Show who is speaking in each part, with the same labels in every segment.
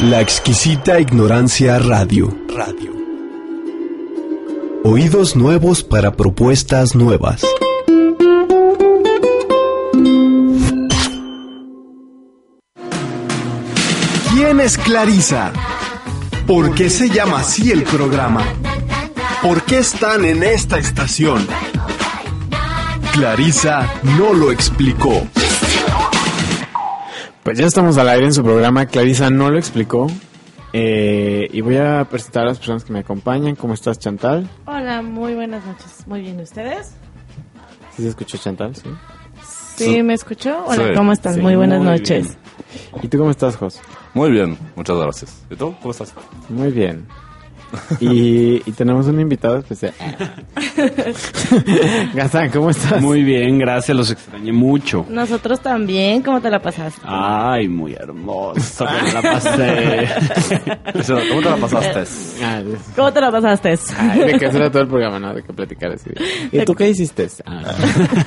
Speaker 1: La exquisita ignorancia radio. Radio. Oídos nuevos para propuestas nuevas. ¿Quién es Clarisa? ¿Por qué se llama así el programa? ¿Por qué están en esta estación? Clarisa no lo explicó.
Speaker 2: Pues ya estamos al aire en su programa. Clarisa no lo explicó. Eh, y voy a presentar a las personas que me acompañan. ¿Cómo estás, Chantal?
Speaker 3: Hola, muy buenas noches. Muy bien, ¿y ustedes?
Speaker 2: ¿Sí se escuchó Chantal? Sí.
Speaker 3: ¿Sí me escuchó? Hola,
Speaker 4: Sí.
Speaker 3: ¿cómo están?
Speaker 2: Sí,
Speaker 3: muy buenas
Speaker 2: muy
Speaker 3: noches.
Speaker 2: ¿Y tú cómo estás, Jos?
Speaker 4: Muy bien, muchas gracias. ¿Y tú? ¿Cómo estás?
Speaker 2: Muy bien. Y, y tenemos un invitado especial. Gastán, ¿cómo estás?
Speaker 5: Muy bien, gracias, los extrañé mucho.
Speaker 3: Nosotros también, ¿cómo te la pasaste?
Speaker 4: Ah.
Speaker 5: Ay, muy hermoso, me la pasé.
Speaker 4: Eso, ¿Cómo te la pasaste?
Speaker 2: Ah, Dios.
Speaker 3: ¿Cómo te la pasaste?
Speaker 4: Ah,
Speaker 2: Ay, de que eso era todo el programa, ¿no? De que platicar así. ¿Y tú qué hiciste? Ah.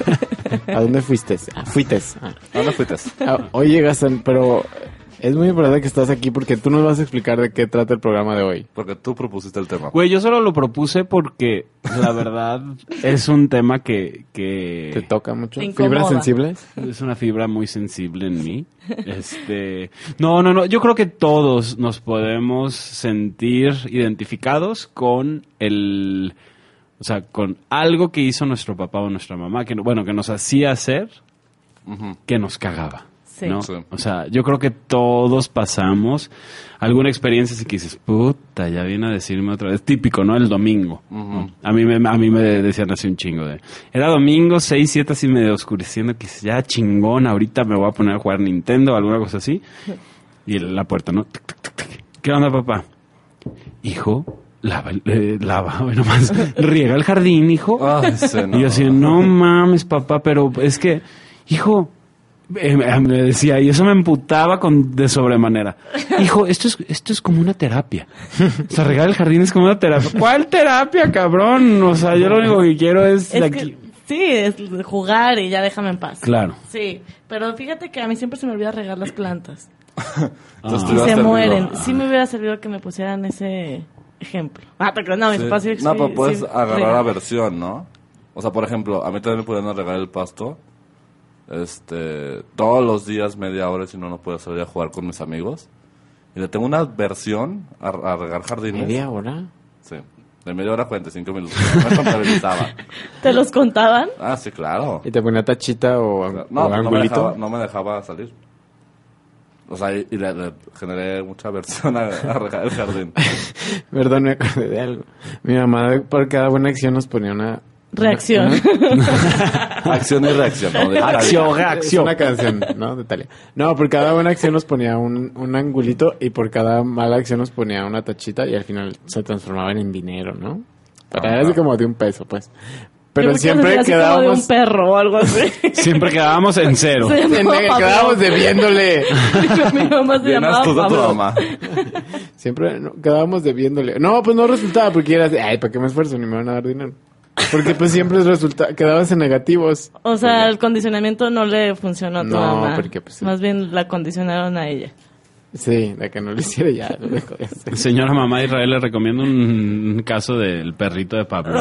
Speaker 2: ¿A dónde fuiste? Ah, fuiste. Ah.
Speaker 4: ¿Dónde fuiste?
Speaker 2: Ah, Oye, Gastán, pero es muy importante que estás aquí porque tú nos vas a explicar de qué trata el programa de hoy.
Speaker 4: Porque tú propusiste el
Speaker 3: Ah.
Speaker 4: tema.
Speaker 5: Güey, yo solo lo propuse porque la verdad es un tema que,
Speaker 2: ¿Te
Speaker 5: que
Speaker 2: toca mucho?
Speaker 3: Te
Speaker 2: ¿Fibras
Speaker 3: incomoda.
Speaker 2: sensibles?
Speaker 5: es una fibra muy sensible en mí. Este, no, no, no, yo creo que todos nos podemos sentir identificados con el o sea, con algo que hizo nuestro papá o nuestra mamá, que no- bueno, que nos hacía hacer
Speaker 4: Ujú.
Speaker 5: que nos cagaba.
Speaker 3: Sí.
Speaker 5: ¿no?
Speaker 4: Sí.
Speaker 5: O sea, yo creo que todos pasamos alguna experiencia así que dices, puta, ya viene a decirme otra vez. Típico, ¿no? El domingo. ¿no? a, mí me, a mí me decían así un chingo de... Era domingo, 6, 7, así medio oscureciendo, que dices, ya chingón, ahorita me voy a poner a jugar Nintendo o alguna cosa así. Y la puerta, ¿no? Tic, tic, tic, tic. ¿Qué onda, papá? Hijo, lava, el- eh, lava, ve nomás, riega el jardín, hijo.
Speaker 4: Ay, sí, no.
Speaker 5: Y yo así, no mames, papá, pero es que, hijo, eh, me decía, y eso me emputaba con, de sobremanera. Hijo, esto es, esto es como una terapia. O sea, regar el jardín es como una terapia. ¿Cuál terapia, cabrón? O sea, yo lo único que quiero es,
Speaker 3: Es
Speaker 5: de
Speaker 3: que-
Speaker 5: aquí.
Speaker 3: sí, es jugar y ya déjame en paz.
Speaker 5: Claro.
Speaker 3: Sí, pero fíjate que a mí siempre se me olvida regar las plantas.
Speaker 4: Entonces tú
Speaker 3: Y
Speaker 4: ibas
Speaker 3: se
Speaker 4: terminando.
Speaker 3: mueren.
Speaker 4: Ah.
Speaker 3: Sí me hubiera servido que me pusieran ese ejemplo. Ah, pero no, mis
Speaker 4: Sí.
Speaker 3: papás sí-
Speaker 4: No,
Speaker 3: sí-
Speaker 4: pero puedes
Speaker 3: sí
Speaker 4: agarrar
Speaker 3: regan.
Speaker 4: la versión, ¿no? O sea, por ejemplo, a mí también me pudieron regar el pasto. Este, todos los días, media hora, si no, no puedo salir a jugar con mis amigos. Y le tengo una versión a, a regar jardines.
Speaker 2: ¿Media hora?
Speaker 4: Sí. De media hora a 45 minutos. No me contabilizaba.
Speaker 3: ¿Te los contaban?
Speaker 4: Ah, sí, claro.
Speaker 2: ¿Y te ponía tachita o,
Speaker 4: No,
Speaker 2: o
Speaker 4: no me,
Speaker 2: angulito?
Speaker 4: dejaba, no me dejaba salir. O sea, y y le, le generé mucha aversión a, a regar el jardín.
Speaker 2: Perdón, me acordé de algo. Mi mamá por cada buena acción nos ponía una...
Speaker 3: Reacción.
Speaker 4: Acción y reacción. ¿no? De-
Speaker 5: Acción,
Speaker 2: Es
Speaker 5: reacción.
Speaker 2: una canción, ¿no? De Thalía. No, por cada buena acción nos ponía un, un angulito y por cada mala acción nos ponía una tachita y al final se transformaban en dinero, ¿no? Pero era así
Speaker 4: Ajá.
Speaker 2: como de un peso, pues.
Speaker 3: Yo
Speaker 2: Pero
Speaker 3: creo que
Speaker 2: siempre
Speaker 3: era así como de un
Speaker 2: quedábamos...
Speaker 3: perro o algo así.
Speaker 5: Siempre quedábamos en cero.
Speaker 3: Se
Speaker 2: en-
Speaker 3: llamaba Pablo.
Speaker 2: quedábamos debiéndole.
Speaker 3: Mi mamá se
Speaker 4: Bien
Speaker 3: llamaba
Speaker 4: astuta tu
Speaker 3: Pablo.
Speaker 4: mamá.
Speaker 2: Siempre no, quedábamos debiéndole. No, pues no resultaba porque era así, ay, ¿para qué me esfuerzo? Ni me van a dar dinero. Porque pues siempre resulta, quedabas en negativos.
Speaker 3: O sea, el condicionamiento no le funcionó a tu
Speaker 2: No,
Speaker 3: mamá.
Speaker 2: porque, pues, sí.
Speaker 3: Más bien la condicionaron a ella.
Speaker 2: Sí, de que no lo hiciera ya. lo dejó de hacer.
Speaker 5: Señora mamá de Israel, le recomiendo un caso del perrito de Pablo.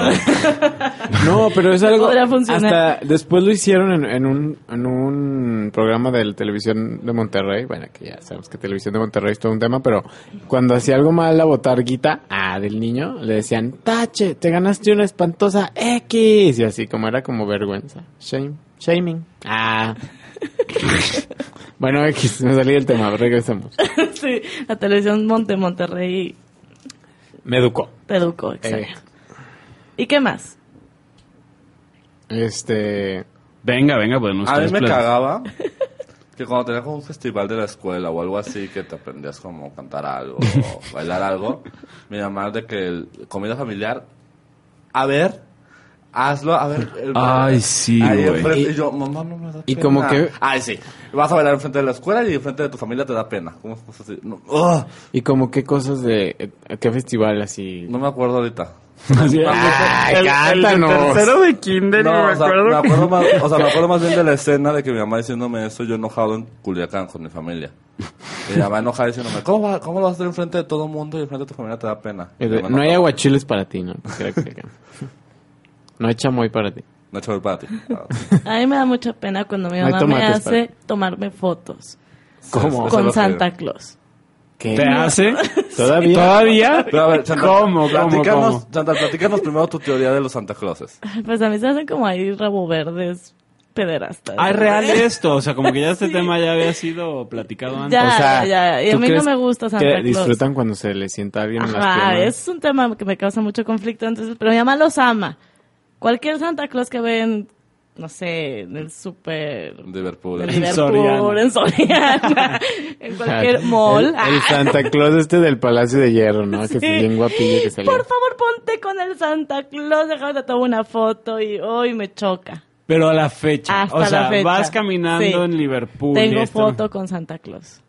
Speaker 2: No, pero es algo.
Speaker 3: Podría funcionar.
Speaker 2: Hasta después lo hicieron en, en un, en un programa de la televisión de Monterrey. Bueno, que ya sabemos que televisión de Monterrey es todo un tema, pero cuando hacía algo mal la botarguita ah, del niño, le decían, Tache, te ganaste una espantosa X. Y así, como era como vergüenza. Shame. Shaming. Ah. bueno, X, me salí del tema, regresamos.
Speaker 3: sí, la televisión Monte Monterrey
Speaker 2: Me educó.
Speaker 3: te educó,
Speaker 2: Eh,
Speaker 3: exacto. ¿Y qué más?
Speaker 2: este.
Speaker 5: Venga, venga, pues no
Speaker 4: A mí
Speaker 5: ustedes
Speaker 4: me
Speaker 5: plan-
Speaker 4: cagaba Que cuando tenías como un festival de la escuela o algo así, que te aprendías como a cantar algo o bailar algo, mi mamá de que el- comida familiar, a ver, hazlo, a ver. el-
Speaker 5: Ay, sí,
Speaker 4: Ahí
Speaker 5: güey.
Speaker 4: enfrente, Y yo, mamá, no me da
Speaker 2: y
Speaker 4: pena".
Speaker 2: como que-
Speaker 4: Ay, sí. Vas a bailar enfrente de la escuela y enfrente de tu familia te da pena. Como cosas así. No, ugh,
Speaker 2: ¿Y como qué cosas de... eh, qué festival así?
Speaker 4: no me acuerdo ahorita.
Speaker 5: Así,
Speaker 2: ¡Ay,
Speaker 5: el- el de
Speaker 2: cántanos!
Speaker 5: tercero de kinder,
Speaker 4: No,
Speaker 5: no me
Speaker 4: o sea,
Speaker 5: acuerdo.
Speaker 4: me acuerdo más, o sea, me acuerdo más bien de la escena de que mi mamá diciéndome eso, yo enojado en Culiacán con mi familia. Y mi mamá enojada diciéndome, ¿cómo, va- cómo lo vas a hacer enfrente de todo el mundo y enfrente de tu familia te da pena? Y
Speaker 2: Es de,
Speaker 4: mi mamá,
Speaker 2: Eh, no hay aguachiles para ti, ¿no? Creo que- no hay chamoy para ti.
Speaker 4: No he hecho el para ti. Ah,
Speaker 3: A mí me da mucha pena cuando mi
Speaker 2: No hay
Speaker 3: mamá me
Speaker 2: tomates,
Speaker 3: hace tomarme fotos
Speaker 2: ¿Cómo?
Speaker 4: eso es lo
Speaker 3: con
Speaker 4: que-
Speaker 3: Santa Claus.
Speaker 2: ¿Qué?
Speaker 5: ¿Te hace?
Speaker 2: ¿Todavía?
Speaker 5: ¿Todavía?
Speaker 4: Pero a ver, Chantal,
Speaker 5: ¿Cómo, cómo,
Speaker 4: platícanos,
Speaker 5: cómo?
Speaker 4: Chantal, platícanos primero tu teoría de los Santa Clauses.
Speaker 3: Pues a mí se hacen como ahí rabo verdes, pederastas.
Speaker 5: Ah, es real esto. O sea, como que ya este tema ya había sido platicado antes.
Speaker 3: Ya, ya, ya. Y a
Speaker 2: ¿tú
Speaker 3: mí no
Speaker 2: crees
Speaker 3: me gusta Santa
Speaker 2: que
Speaker 3: Claus.
Speaker 2: disfrutan cuando se le sienta a alguien en las
Speaker 3: Ajá,
Speaker 2: piernas?
Speaker 3: es un tema que me causa mucho conflicto, entonces, pero mi mamá los ama. Cualquier Santa Claus que ven, no sé, en el súper
Speaker 4: De Liverpool.
Speaker 3: de
Speaker 5: En
Speaker 3: Liverpool,
Speaker 5: Soriana.
Speaker 3: en Soriana, en cualquier mall.
Speaker 2: El, el
Speaker 3: Ah,
Speaker 2: Santa Claus este del Palacio de Hierro, ¿no? Que es
Speaker 3: sí.
Speaker 2: bien guapillo que salió.
Speaker 3: Por favor, ponte con el Santa Claus, déjame te tomo una foto y hoy me choca.
Speaker 5: Pero a la fecha.
Speaker 3: Hasta
Speaker 5: o sea,
Speaker 3: la fecha.
Speaker 5: vas caminando
Speaker 3: Sí.
Speaker 5: en Liverpool. y
Speaker 3: Tengo
Speaker 5: esto-
Speaker 3: foto con Santa Claus.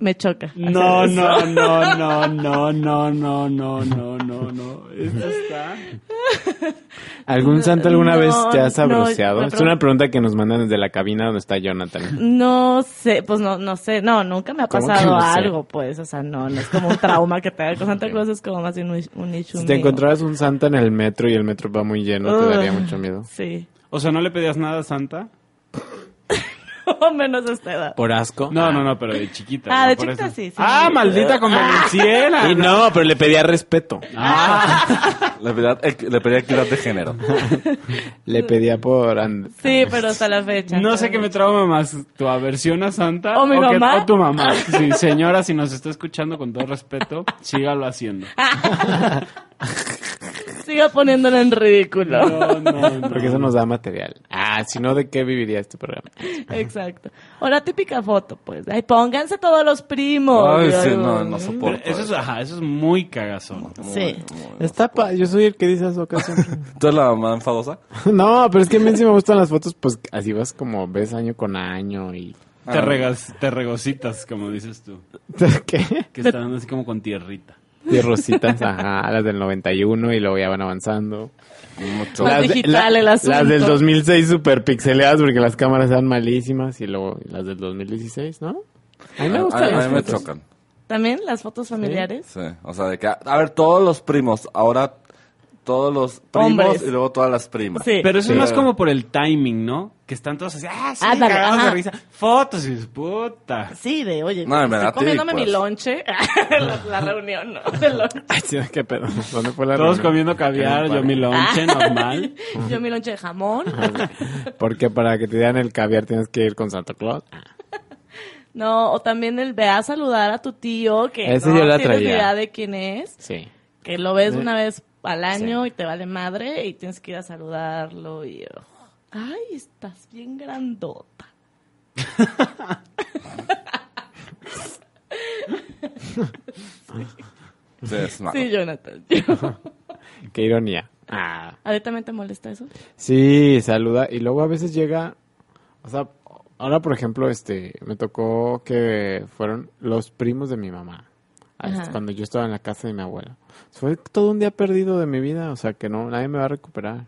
Speaker 3: Me choca. hacer
Speaker 5: No,
Speaker 3: eso.
Speaker 5: no, no, no, no, no, no, no, no, no, no. Esto está.
Speaker 2: ¿Algún santa alguna
Speaker 3: No,
Speaker 2: vez te has
Speaker 3: no,
Speaker 2: abroceado?
Speaker 3: me
Speaker 2: es
Speaker 3: pregun-
Speaker 2: una pregunta que nos mandan desde la cabina donde está Jonathan.
Speaker 3: No sé, pues no, no sé, no, nunca me ha
Speaker 2: ¿Cómo que
Speaker 3: pasado
Speaker 2: no sé?
Speaker 3: algo, pues, o sea, no, no es como un trauma que tenga con Santa Claus, es como más bien un, un issue
Speaker 2: Si te
Speaker 3: mío.
Speaker 2: encontraras un santa en el metro y el metro va muy lleno, te daría mucho miedo.
Speaker 3: Sí,
Speaker 5: O sea, ¿no le pedías nada a Santa?
Speaker 3: o menos a esta edad.
Speaker 2: ¿Por asco?
Speaker 5: No, no, no, pero de chiquita.
Speaker 3: Ah,
Speaker 5: ¿no?
Speaker 3: de
Speaker 5: Por
Speaker 3: chiquita
Speaker 5: eso.
Speaker 3: sí, sí.
Speaker 5: Ah, maldita convenenciera.
Speaker 2: Y Ah, no, pero le pedía respeto.
Speaker 5: Ah,
Speaker 4: Le pedía, equ- le pedía equidad de género.
Speaker 2: Le pedía por... and-
Speaker 3: Sí, pero hasta la fecha.
Speaker 5: no sé qué me trauma más, tu aversión a Santa
Speaker 3: ¿O mi
Speaker 5: que-
Speaker 3: mamá?
Speaker 5: o tu mamá. Sí, señora, si nos está escuchando con todo respeto, sígalo haciendo.
Speaker 3: Siga poniéndolo en ridículo.
Speaker 5: No, no, no.
Speaker 2: Porque eso nos da material. Ah, si no, ¿de qué viviría este programa?
Speaker 3: Exacto. O la típica foto, pues. Ay, pónganse todos los primos.
Speaker 4: Ay,
Speaker 3: Yo-
Speaker 4: sí, no, no
Speaker 5: Pero
Speaker 4: soporto.
Speaker 5: eso es, ajá, eso es muy cagazón.
Speaker 4: Muy,
Speaker 3: Sí.
Speaker 4: muy-
Speaker 2: Está pa- Yo soy el que dice eso casi.
Speaker 4: ¿Tú eres la mamá enfadosa?
Speaker 2: no, pero es que a mí sí me gustan las fotos, pues así vas como ves año con año y...
Speaker 5: Te, regas- te regocitas, como dices tú.
Speaker 2: ¿Qué?
Speaker 5: Que están así como con tierrita.
Speaker 2: Y rositas, ajá, las del 91 y luego ya van avanzando.
Speaker 4: Mucho.
Speaker 3: Más
Speaker 2: Las, de-
Speaker 3: digital el asunto.
Speaker 2: las del 2006 super pixeleadas porque las cámaras eran malísimas y luego las del 2016, ¿no? A mí me
Speaker 4: a,
Speaker 2: gustan
Speaker 4: a
Speaker 2: las
Speaker 4: mí me
Speaker 2: fotos.
Speaker 4: chocan.
Speaker 3: También las fotos familiares.
Speaker 4: Sí, o sea, de que, a ver, todos los primos, ahora todos los primos
Speaker 3: Hombres.
Speaker 4: y luego todas las primas.
Speaker 3: Sí.
Speaker 5: Pero eso
Speaker 4: Sí.
Speaker 5: no es como por el timing, ¿no? Que están todos así, ah, sí,
Speaker 3: Ándale,
Speaker 5: cagados de
Speaker 3: ajá.
Speaker 5: risa. Fotos y dices, puta.
Speaker 3: Sí, de, oye,
Speaker 4: No, me da
Speaker 3: estoy
Speaker 4: tic,
Speaker 3: comiéndome
Speaker 4: pues.
Speaker 3: mi lonche. la, la reunión, ¿no? El lonche.
Speaker 2: Ay, sí, qué pedo. ¿Dónde fue la
Speaker 5: Todos
Speaker 2: reunión?
Speaker 5: comiendo caviar, yo mi
Speaker 3: Ah.
Speaker 5: lonche, normal.
Speaker 3: Yo mi lonche de jamón.
Speaker 2: Porque para que te dieran el caviar tienes que ir con Santa Claus.
Speaker 3: No, o también el ve a saludar a tu tío, que
Speaker 2: Ese
Speaker 3: no
Speaker 2: yo la
Speaker 3: tienes
Speaker 2: traía.
Speaker 3: idea de quién es,
Speaker 2: Sí.
Speaker 3: que lo ves una vez al año y te vale madre y tienes que ir a saludarlo y... oh, Ay, estás bien grandota.
Speaker 4: Sí, es malo.
Speaker 3: Sí, Jonathan. yo-
Speaker 2: Qué ironía. Ah.
Speaker 3: ¿A ti también te molesta eso?
Speaker 2: Sí, saluda. Y luego a veces llega, o sea, ahora por ejemplo, este, me tocó que fueron los primos de mi mamá. a este,
Speaker 3: Ajá.
Speaker 2: Cuando yo estaba en la casa de mi abuela. Fue todo un día perdido de mi vida, o sea, que no, nadie me va a recuperar.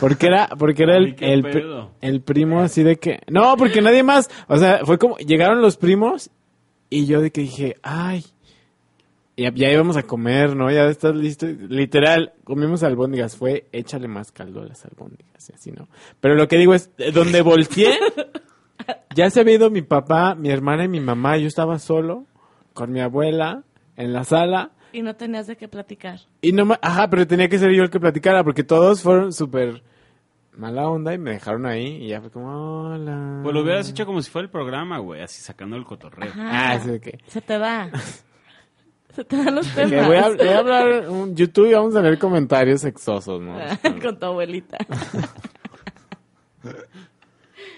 Speaker 2: Porque era, porque era
Speaker 5: Ay,
Speaker 2: el,
Speaker 5: qué
Speaker 2: el, pri-
Speaker 5: pedo.
Speaker 2: el primo así de que... No, porque nadie más. O sea, fue como... Llegaron los primos y yo de que dije, ay, ya, ya íbamos a comer, ¿no? Ya estás listo. Literal, comimos albóndigas. Fue, échale más caldo a las albóndigas y así, ¿no? Pero lo que digo es, eh, donde volteé, ya se había ido mi papá, mi hermana y mi mamá. Yo estaba solo con mi abuela en la sala.
Speaker 3: Y no tenías de qué platicar.
Speaker 2: Y no ma- ajá, pero tenía que ser yo el que platicara porque todos fueron súper mala onda y me dejaron ahí y ya fue como, hola.
Speaker 5: Pues lo hubieras hecho como si fuera el programa, güey, así sacando el cotorreo.
Speaker 2: Ah, sí, ok.
Speaker 3: Se te va. Se te dan los temas.
Speaker 2: Que voy, a, voy a hablar un YouTube y vamos a leer comentarios
Speaker 3: Ah,
Speaker 2: Este, sexosos, ¿no?
Speaker 3: Con tu abuelita.
Speaker 2: Y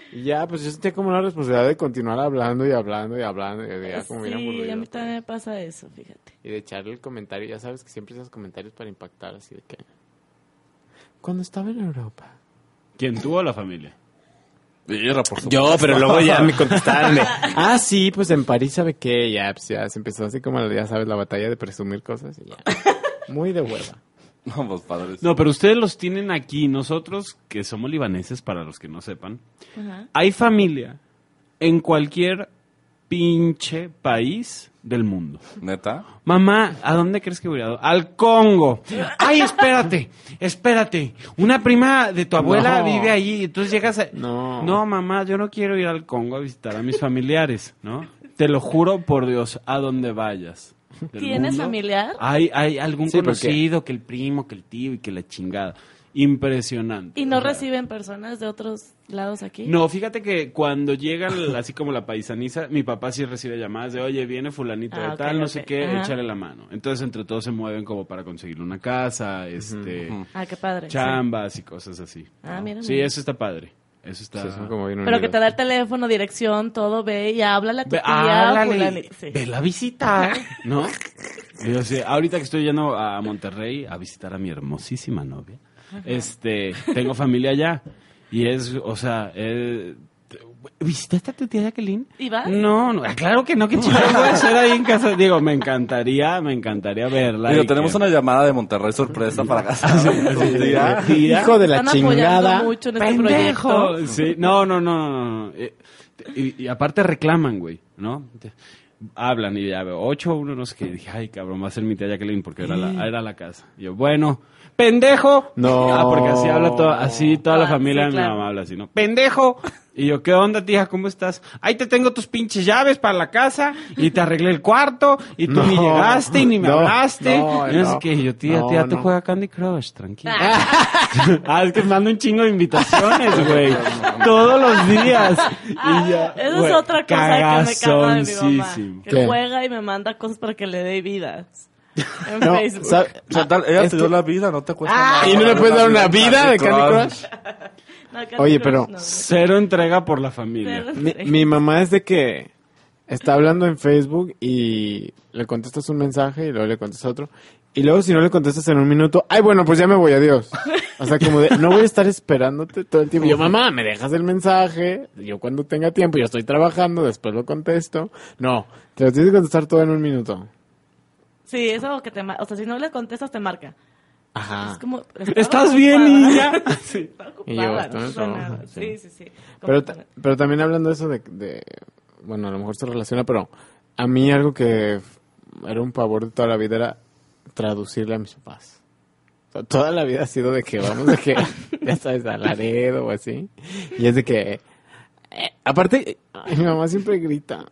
Speaker 2: Y ya, pues yo sentía como una responsabilidad de continuar hablando y hablando y hablando. Y ya como bien
Speaker 3: Sí,
Speaker 2: aburrido.
Speaker 3: a mí también me pasa eso, fíjate.
Speaker 2: Y de echarle el comentario, ya sabes que siempre esos comentarios para impactar, así de que... Cuando estaba en Europa...
Speaker 5: ¿Quién tú o la familia?
Speaker 4: Birra, por supuesto.
Speaker 2: Yo, pero luego ya me contestaron. de, ah, sí, pues en París, ¿sabe qué? Ya, pues ya se empezó así como, ya sabes, la batalla de presumir cosas y ya. Muy de hueva.
Speaker 4: No, pues padres.
Speaker 5: No, pero ustedes los tienen aquí. Nosotros, que somos libaneses, para los que no sepan,
Speaker 3: Ajá.
Speaker 5: hay familia en cualquier pinche país del mundo.
Speaker 4: Neta.
Speaker 5: Mamá, ¿a dónde crees que voy a ir? Al Congo. Ay, espérate, espérate. Una prima de tu abuela
Speaker 2: No.
Speaker 5: vive allí, entonces llegas a...
Speaker 2: No.
Speaker 5: No, mamá, yo no quiero ir al Congo a visitar a mis familiares, ¿no? Te lo juro por Dios, a donde vayas. del
Speaker 3: ¿Tienes
Speaker 5: mundo,
Speaker 3: familiar?
Speaker 5: Hay, hay algún
Speaker 2: Sí, porque-
Speaker 5: conocido, que el primo, que el tío y que la chingada. Impresionante.
Speaker 3: ¿Y no
Speaker 5: O sea,
Speaker 3: reciben personas de otros lados aquí?
Speaker 5: no, fíjate que cuando llega el- así como la paisaniza, mi papá sí recibe llamadas de, oye, viene fulanito
Speaker 3: Ah,
Speaker 5: de
Speaker 3: ok,
Speaker 5: tal, no
Speaker 3: ok.
Speaker 5: sé qué,
Speaker 3: Ajá.
Speaker 5: échale la mano. Entonces entre todos se mueven como para conseguirle una casa, este,
Speaker 4: ujú.
Speaker 3: Ah, qué padre. sí.
Speaker 5: chambas y cosas así.
Speaker 3: Ah,
Speaker 5: ¿no?
Speaker 3: mira,
Speaker 5: sí,
Speaker 3: mira.
Speaker 5: eso está padre. Eso está...
Speaker 2: Sí, son como bien
Speaker 3: Pero que
Speaker 2: unidos.
Speaker 3: te da el teléfono, dirección, todo, ve y háblale a tu
Speaker 5: Ve,
Speaker 3: tía.
Speaker 5: háblale,
Speaker 3: fulani- pues, sí.
Speaker 5: ve la visita, ¿eh? ¿no? Y yo sí, ahorita que estoy yendo a Monterrey a visitar a mi hermosísima novia, este, tengo familia allá y es, o sea, eh, ¿visitaste a tu tía Jacqueline?
Speaker 3: ¿Y vas?
Speaker 5: No, no, claro que no, que chingón voy a hacer ahí en casa. Digo, me encantaría, me encantaría verla.
Speaker 4: Digo,
Speaker 5: y
Speaker 4: tenemos
Speaker 5: que-
Speaker 4: una llamada de Monterrey sorpresa para casa. Un día.
Speaker 5: Tía.
Speaker 2: Hijo de la
Speaker 3: Están apoyando
Speaker 2: chingada.
Speaker 3: mucho en este
Speaker 5: ¡Pendejo!
Speaker 3: proyecto.
Speaker 5: Sí, no, no, no, no, no. Eh, Y, y aparte reclaman, güey, ¿no? Te- Hablan y ya veo, 8 1, no sé qué. Y Dije, ay, cabrón, va a ser mi tía Jacqueline porque era la, era la casa. Y yo, bueno, ¡pendejo!
Speaker 2: No.
Speaker 5: Ah, porque así habla toda, así toda la
Speaker 3: Ah,
Speaker 5: familia
Speaker 3: sí,
Speaker 5: de mi
Speaker 3: claro.
Speaker 5: mamá habla así, ¿no? ¡Pendejo! Y yo, ¿qué onda, tía? ¿Cómo estás? Ahí te tengo tus pinches llaves para la casa y te arreglé el cuarto y tú
Speaker 2: No.
Speaker 5: ni llegaste y ni me
Speaker 2: No,
Speaker 5: hablaste.
Speaker 2: no,
Speaker 5: y no, sé
Speaker 2: no.
Speaker 5: qué. Y yo, tía,
Speaker 2: No,
Speaker 5: tía, tú
Speaker 2: no.
Speaker 5: juegas Candy Crush, tranquila. Ah, es que mando un chingo de invitaciones, güey. Todos los días. Y ya,
Speaker 3: Ah, Esa
Speaker 5: güey,
Speaker 3: es otra cosa que me caga de mi mamá.
Speaker 5: cagazoncísimo.
Speaker 3: Que
Speaker 2: ¿Qué?
Speaker 3: juega y me manda cosas para que le dé vida. En
Speaker 2: No,
Speaker 3: Facebook.
Speaker 2: ¿sabe-
Speaker 4: Chantal, ella
Speaker 2: Es
Speaker 4: te
Speaker 2: que-
Speaker 4: dio la vida, no te cuesta nada.
Speaker 2: ¿Y no le puedes dar una
Speaker 4: Candy
Speaker 2: vida de Candy Crush?
Speaker 3: No, Candy
Speaker 2: Oye,
Speaker 3: Crush,
Speaker 2: pero-
Speaker 3: no, no.
Speaker 5: Cero entrega por la familia.
Speaker 3: Pero-
Speaker 2: Mi, mi mamá es de que está hablando en Facebook y le contestas un mensaje y luego le contestas otro. Y luego si no le contestas en un minuto, ay bueno, pues ya me voy, adiós. O sea, como de, no voy a estar esperándote todo el tiempo. Yo, mamá, me dejas el mensaje, yo cuando tenga tiempo, yo estoy trabajando, después lo contesto. No, te lo tienes que contestar todo en un minuto.
Speaker 3: Sí, eso que te ma- O sea, si no le contestas, te marca.
Speaker 2: Ajá.
Speaker 3: Es como.
Speaker 5: ¿Estás bien, niña? Sí.
Speaker 3: Está
Speaker 2: Y yo,
Speaker 3: ocupada,
Speaker 2: estoy
Speaker 3: no pasa
Speaker 2: trabajando,
Speaker 3: nada.
Speaker 2: sí.
Speaker 3: Sí, sí, sí.
Speaker 2: Pero, ta-
Speaker 3: completamente.
Speaker 2: pero también hablando de eso de, de- bueno, a lo mejor se relaciona, pero a mí algo que f- era un pavor de toda la vida era traducirle a mis papás. O sea, toda la vida ha sido de que vamos de que, ya sabes, a Laredo o así. Y es de que, eh, aparte, eh, ay, mi mamá siempre grita.